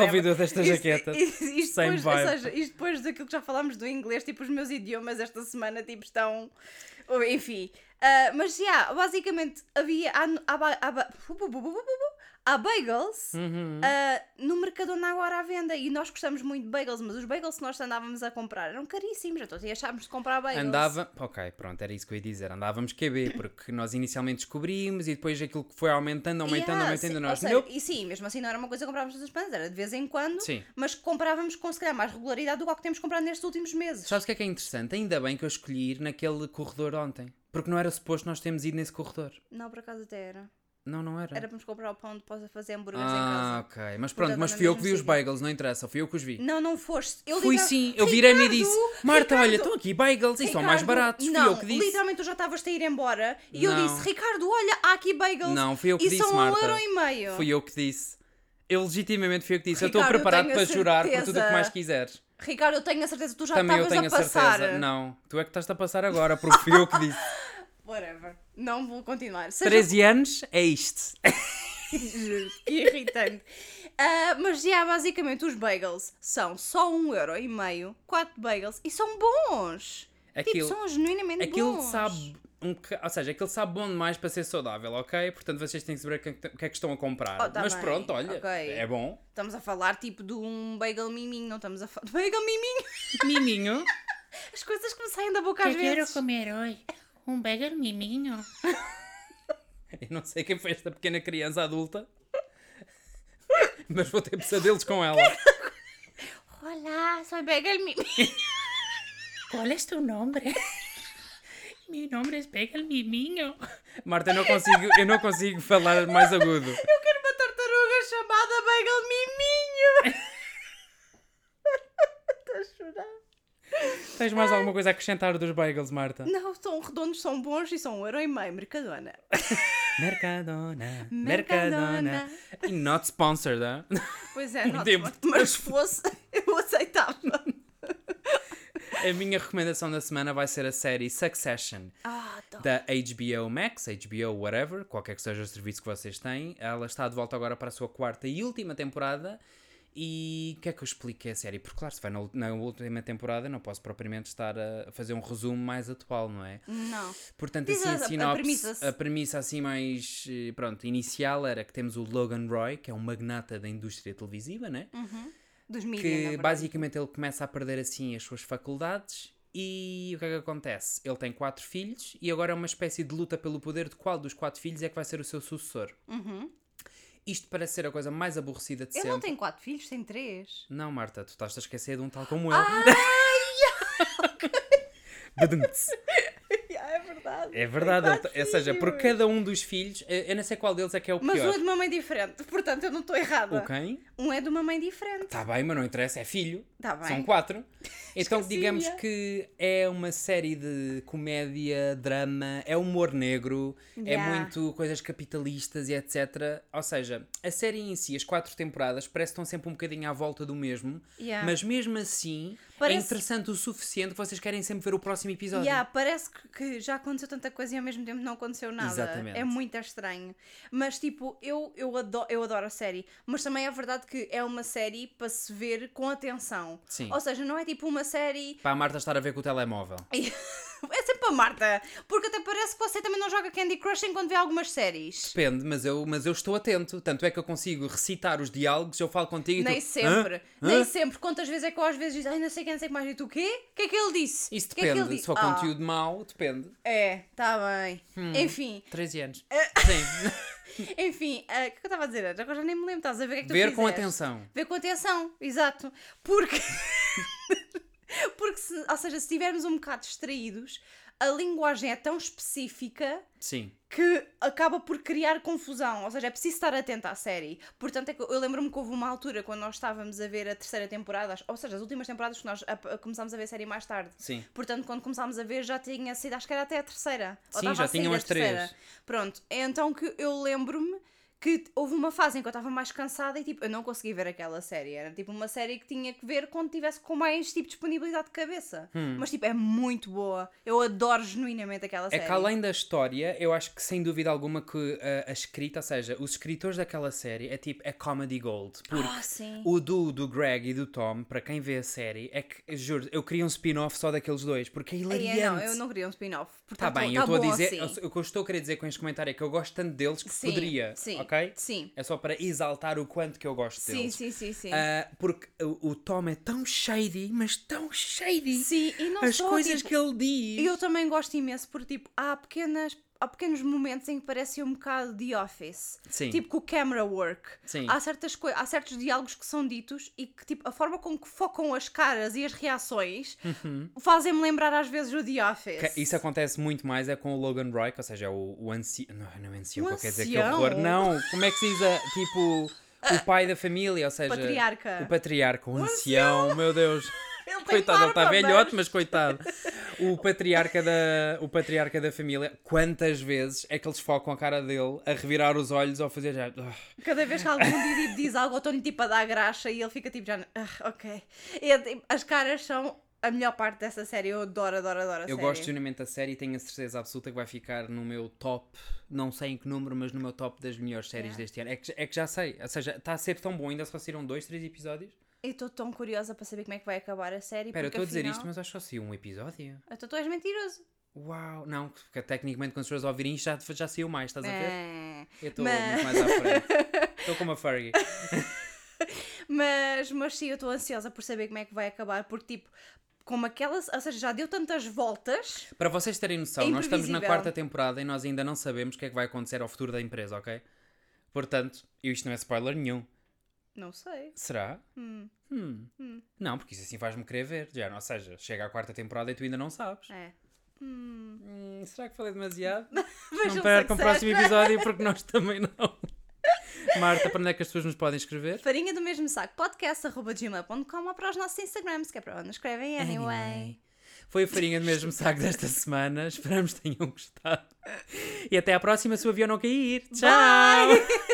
Speaker 1: Whatever.
Speaker 2: ouviu desta
Speaker 1: Isto-
Speaker 2: jaqueta?
Speaker 1: Isto, isto
Speaker 2: Sem
Speaker 1: depois, ou
Speaker 2: vibe.
Speaker 1: seja, isto depois daquilo que já falámos do inglês, tipo, os meus idiomas esta semana tipo, estão. ou, Enfim. Ah, mas já, basicamente havia. Há, há, ba- há, ba- há bagels
Speaker 2: Uhum.
Speaker 1: ah, no Mercadona agora à venda e nós gostamos muito de bagels, mas os bagels que nós andávamos a comprar eram caríssimos, então e achávamos de comprar bagels.
Speaker 2: Andava, ok, pronto, era isso que eu ia dizer. Andávamos QB, porque nós inicialmente descobrimos e depois aquilo que foi aumentando, aumentando,
Speaker 1: Yeah,
Speaker 2: aumentando, é?
Speaker 1: sim,
Speaker 2: nós.
Speaker 1: ou seja,
Speaker 2: Nope.
Speaker 1: E sim, mesmo assim não era uma coisa que comprávamos todas as semanas, era de vez em quando,
Speaker 2: Sim.
Speaker 1: mas comprávamos com se calhar mais regularidade do que o que temos comprado nestes últimos meses.
Speaker 2: Sabes o que é que é interessante? Ainda bem que eu escolhi ir naquele corredor ontem. Porque não era suposto nós termos ido nesse corredor.
Speaker 1: Não, por acaso até era.
Speaker 2: Não, não era.
Speaker 1: Era para nos comprar o pão de possa fazer hambúrgueres em
Speaker 2: Ah,
Speaker 1: casa.
Speaker 2: ok. Mas
Speaker 1: Porque
Speaker 2: pronto,
Speaker 1: eu
Speaker 2: mas
Speaker 1: tava
Speaker 2: fui eu que
Speaker 1: mesmo
Speaker 2: vi os
Speaker 1: sem-
Speaker 2: bagels, não interessa, fui eu que os vi.
Speaker 1: Não, não foste. Eu
Speaker 2: Fui
Speaker 1: literal-
Speaker 2: sim, eu virei-me e
Speaker 1: Ricardo,
Speaker 2: disse: Marta, olha,
Speaker 1: Ricardo,
Speaker 2: estão aqui bagels e são mais
Speaker 1: Ricardo,
Speaker 2: baratos. Fui
Speaker 1: Não,
Speaker 2: eu que disse.
Speaker 1: literalmente tu já estavas a ir embora e eu
Speaker 2: Não.
Speaker 1: disse, Ricardo, olha, há aqui bagels
Speaker 2: Não, fui eu que
Speaker 1: e
Speaker 2: disse,
Speaker 1: são
Speaker 2: Marta.
Speaker 1: um euro e meio.
Speaker 2: Fui eu que disse. Eu legitimamente fui eu que disse. eu
Speaker 1: Ricardo,
Speaker 2: estou
Speaker 1: eu
Speaker 2: preparado
Speaker 1: tenho a
Speaker 2: para jurar por tudo o
Speaker 1: certeza.
Speaker 2: que mais quiseres.
Speaker 1: Ricardo, eu tenho a certeza que tu já
Speaker 2: Também eu
Speaker 1: estavas
Speaker 2: tenho
Speaker 1: a
Speaker 2: a
Speaker 1: passar.
Speaker 2: certeza. Não, tu é que estás a passar agora, porque fui eu que disse.
Speaker 1: Whatever. Não vou continuar. Seja
Speaker 2: 13 anos é isto.
Speaker 1: Juro, que irritante. Ah, mas já, basicamente, os bagels são só um euro e meio, quatro bagels, e são bons.
Speaker 2: Aquilo-
Speaker 1: tipo, são genuinamente
Speaker 2: Aquilo
Speaker 1: bons.
Speaker 2: sabe. Um, boca- ou seja, aquilo sabe bom demais para ser saudável, ok? Portanto, vocês têm que saber o que é que- o que é que estão a comprar.
Speaker 1: Oh, tá
Speaker 2: Mas
Speaker 1: bem,
Speaker 2: pronto, olha,
Speaker 1: ok.
Speaker 2: é bom.
Speaker 1: Estamos a falar, tipo, de um bagel miminho, não estamos a falar... De bagel miminho?
Speaker 2: Miminho.
Speaker 1: As coisas que me saem da boca às
Speaker 3: Eu quero
Speaker 1: vezes.
Speaker 3: comer hoje um bagel miminho.
Speaker 2: Eu não sei quem foi esta pequena criança adulta, mas vou ter pesadelos com ela.
Speaker 3: Olá,
Speaker 1: Soy bagel miminho.
Speaker 3: qual é tu nome? Mi nome é bagel miminho.
Speaker 2: Marta, eu não consigo, eu não consigo falar mais agudo.
Speaker 1: Eu quero uma tartaruga chamada bagel miminho. Estou Tá a chorar.
Speaker 2: Tens mais alguma coisa a acrescentar dos bagels, Marta?
Speaker 1: Não, são redondos, são bons e são um euro e meio, mercadona.
Speaker 2: Mercadona,
Speaker 1: Mercadona.
Speaker 2: Mercadona. E not sponsored, ah?
Speaker 1: Pois é, não,
Speaker 2: Devo-
Speaker 1: mas se fosse, eu aceitava.
Speaker 2: A minha recomendação da semana vai ser a série Succession.
Speaker 1: Ah, tô.
Speaker 2: da HBO Max, HBO whatever, qualquer que seja o serviço que vocês têm. Ela está de volta agora para a sua quarta e última temporada. E o que é que eu expliquei a série? Porque, claro, se vai na, ul- na última temporada, não posso propriamente estar a fazer um resumo mais atual, não é?
Speaker 1: Não.
Speaker 2: Portanto,
Speaker 1: Diz
Speaker 2: assim, a,
Speaker 1: Hum. a- a
Speaker 2: sinopse,
Speaker 1: premissa-se.
Speaker 2: a premissa assim mais, eh, pronto, inicial era que temos o Logan Roy, que é um magnata da indústria televisiva, né?
Speaker 1: Uhum. Dos mídia, na
Speaker 2: que
Speaker 1: verdade.
Speaker 2: basicamente ele começa a perder assim as suas faculdades e o que é que acontece? Ele tem quatro filhos e agora é uma espécie de luta pelo poder de qual dos quatro filhos é que vai ser o seu sucessor. Isto parece ser a coisa mais aborrecida de
Speaker 1: Uhum. Ele
Speaker 2: sempre.
Speaker 1: não tem quatro filhos, tem três.
Speaker 2: Não, Marta, tu estás a esquecer de um tal como ele. Badum-ts.
Speaker 1: é verdade.
Speaker 2: é verdade,
Speaker 1: Tem
Speaker 2: ele
Speaker 1: quatro
Speaker 2: t- ou seja, por
Speaker 1: filhos.
Speaker 2: cada um dos filhos, eu eu não sei qual deles é que é o
Speaker 1: Mas um é
Speaker 2: pior.
Speaker 1: de uma mãe diferente, portanto eu não estou errada.
Speaker 2: O quem?
Speaker 1: Um é de uma mãe diferente.
Speaker 2: Tá bem, mas não interessa, é filho.
Speaker 1: Tá bem.
Speaker 2: São quatro. Então
Speaker 1: Esqueci-me.
Speaker 2: digamos que é uma série de comédia, drama, é humor negro,
Speaker 1: Yeah.
Speaker 2: é muito coisas capitalistas e etc. Ou seja, a série em si, as quatro temporadas, parece que estão sempre um bocadinho à volta do mesmo,
Speaker 1: Yeah.
Speaker 2: mas mesmo assim é
Speaker 1: Parece-
Speaker 2: interessante o suficiente que vocês querem sempre ver o próximo episódio.
Speaker 1: Yeah, parece que, que já aconteceu tanta coisa e ao mesmo tempo não aconteceu nada.
Speaker 2: Exatamente.
Speaker 1: É muito estranho. Mas tipo, eu, eu, adoro, eu adoro a série. Mas também é verdade que é uma série para se ver com atenção.
Speaker 2: Sim.
Speaker 1: Ou seja, não é tipo uma série.
Speaker 2: Para a Marta estar a ver com o telemóvel.
Speaker 1: é sempre a Marta. Porque até parece que você também não joga Candy Crush enquanto vê algumas séries.
Speaker 2: Depende, mas eu, mas eu estou atento. Tanto é que eu consigo recitar os diálogos, eu falo contigo e
Speaker 1: Nem
Speaker 2: tu, "Hã?
Speaker 1: sempre,
Speaker 2: Hã?
Speaker 1: nem sempre. Quantas vezes é que eu às vezes diz, ai não sei quem, não sei o que mais, e tu o quê? O que é que ele disse?
Speaker 2: Isso
Speaker 1: O que é que
Speaker 2: depende.
Speaker 1: ele
Speaker 2: Se
Speaker 1: disse?
Speaker 2: for
Speaker 1: Ah,
Speaker 2: conteúdo Hum. mau, depende.
Speaker 1: É, tá bem. Enfim,
Speaker 2: 13 anos.
Speaker 1: É.
Speaker 2: Sim.
Speaker 1: Enfim, ah, o que eu estava a dizer antes? Agora já nem me lembro, estás a ver o que é que tu
Speaker 2: Ver com
Speaker 1: fizeste.
Speaker 2: atenção.
Speaker 1: Ver com atenção, exato. Porque. Porque, se, ou seja, se estivermos um bocado distraídos, a linguagem é tão específica
Speaker 2: Sim.
Speaker 1: que acaba por criar confusão. Ou seja, é preciso estar atento à série. Portanto, é que eu lembro-me que houve uma altura quando nós estávamos a ver a terceira temporada, ou seja, as últimas temporadas que nós a- a- começámos a ver a série mais tarde.
Speaker 2: Sim.
Speaker 1: Portanto, quando começámos a ver, já tinha sido, acho que era até a terceira. Ou
Speaker 2: Sim,
Speaker 1: estava
Speaker 2: já
Speaker 1: a sair
Speaker 2: tinham
Speaker 1: a
Speaker 2: as três.
Speaker 1: terceira. Pronto, é então que eu lembro-me que houve uma fase em que eu estava mais cansada e tipo, eu não consegui ver aquela série. Era tipo uma série que tinha que ver quando tivesse com mais tipo disponibilidade de cabeça. Mas tipo, é muito boa. Eu adoro genuinamente aquela
Speaker 2: Hum. É
Speaker 1: série.
Speaker 2: que além da história, eu acho que sem dúvida alguma que uh, a escrita, ou seja, os escritores daquela série é tipo, é comedy gold. Porque
Speaker 1: Ah, sim.
Speaker 2: o do, do Greg e do Tom, para quem vê a série, é que, juro, eu queria um spin-off só daqueles dois, porque é
Speaker 1: Aí
Speaker 2: hilariante.
Speaker 1: é, não, eu não queria um spin-off.
Speaker 2: Tá
Speaker 1: portanto,
Speaker 2: bem,
Speaker 1: tá
Speaker 2: eu estou a
Speaker 1: bom
Speaker 2: dizer,
Speaker 1: assim.
Speaker 2: eu- o que eu estou a querer dizer com este comentário é que eu gosto tanto deles que
Speaker 1: Sim,
Speaker 2: poderia,
Speaker 1: sim,
Speaker 2: ok?
Speaker 1: sim.
Speaker 2: É só para exaltar o quanto que eu gosto
Speaker 1: Sim,
Speaker 2: deles.
Speaker 1: sim, sim, sim.
Speaker 2: Ah, porque o, o Tom é tão shady, mas tão shady.
Speaker 1: Sim, e não
Speaker 2: As
Speaker 1: só,
Speaker 2: coisas
Speaker 1: tipo,
Speaker 2: que ele diz.
Speaker 1: E eu também gosto imenso por tipo, há pequenas. há pequenos momentos em que parecem um bocado The Office.
Speaker 2: Sim.
Speaker 1: Tipo com o camera work.
Speaker 2: Sim.
Speaker 1: Há certas coisas, há certos diálogos que são ditos e que tipo a forma com que focam as caras e as reações fazem-me lembrar às vezes o The Office.
Speaker 2: Uhum. Que- Isso acontece muito mais é com o Logan Roy, que, ou seja, é o, o ancião. Não, não é ancião,
Speaker 1: O
Speaker 2: que eu quero dizer que
Speaker 1: ancião?
Speaker 2: horror. Não, como é que se diz? a- Tipo, o pai da família, ou seja,
Speaker 1: Patriarca.
Speaker 2: o patriarca, o, ancião, meu Deus.
Speaker 1: Ele tem
Speaker 2: Coitado, ele tá está
Speaker 1: barba, é?
Speaker 2: velhote, mas coitado. O patriarca, da, o patriarca da família, quantas vezes é que eles focam a cara dele a revirar os olhos ou fazer já. "Ah,
Speaker 1: Cada vez que algum dia tipo, diz algo, eu estou-lhe tipo a dar graxa e ele fica tipo já. "Ah, ok. E, é, tipo, as caras são a melhor parte dessa série. Eu adoro, adoro, adoro a
Speaker 2: Eu
Speaker 1: série.
Speaker 2: gosto genuinamente da série e tenho a certeza absoluta que vai ficar no meu top, não sei em que número, mas no meu top das melhores séries deste ano. É que, é que já sei, ou seja, está a ser tão bom, ainda só saíram dois, três episódios.
Speaker 1: Eu estou tão curiosa para saber como é que vai acabar a série.
Speaker 2: Espera, eu
Speaker 1: porque
Speaker 2: estou a dizer
Speaker 1: afinal-
Speaker 2: isto, mas acho que só saiu um episódio.
Speaker 1: Então tu és mentiroso.
Speaker 2: Uau! Não, porque tecnicamente quando as pessoas ouvirem isto já, já saiu mais, estás a ver?
Speaker 1: É.
Speaker 2: Eu estou
Speaker 1: mas-
Speaker 2: muito mais à frente. Estou como a Fergie.
Speaker 1: Mas, mas sim, eu estou ansiosa por saber como é que vai acabar, porque tipo, como aquelas. Ou seja, já deu tantas voltas.
Speaker 2: Para vocês terem noção,
Speaker 1: É
Speaker 2: nós estamos na
Speaker 1: imprevisível.
Speaker 2: quarta temporada e nós ainda não sabemos o que é que vai acontecer ao futuro da empresa, ok? Portanto, e isto não é spoiler nenhum.
Speaker 1: Não sei.
Speaker 2: Será? Hum. Não, porque isso assim faz-me querer ver. Já, ou seja, chega à quarta temporada e tu ainda não sabes.
Speaker 1: É.
Speaker 2: Hum, será que falei demasiado?
Speaker 1: Vejam
Speaker 2: não percam o próximo
Speaker 1: Succession.
Speaker 2: episódio porque nós também não. Marta, para onde é que as pessoas nos podem escrever?
Speaker 1: Farinha do mesmo saco, podcast.gmail.com ou para os nossos Instagrams, que é para onde nos escrevem anyway.
Speaker 2: Anyway. Foi a farinha do mesmo saco desta semana. Esperamos que tenham gostado. E até à próxima, se o avião não cair. Tchau!
Speaker 1: Bye!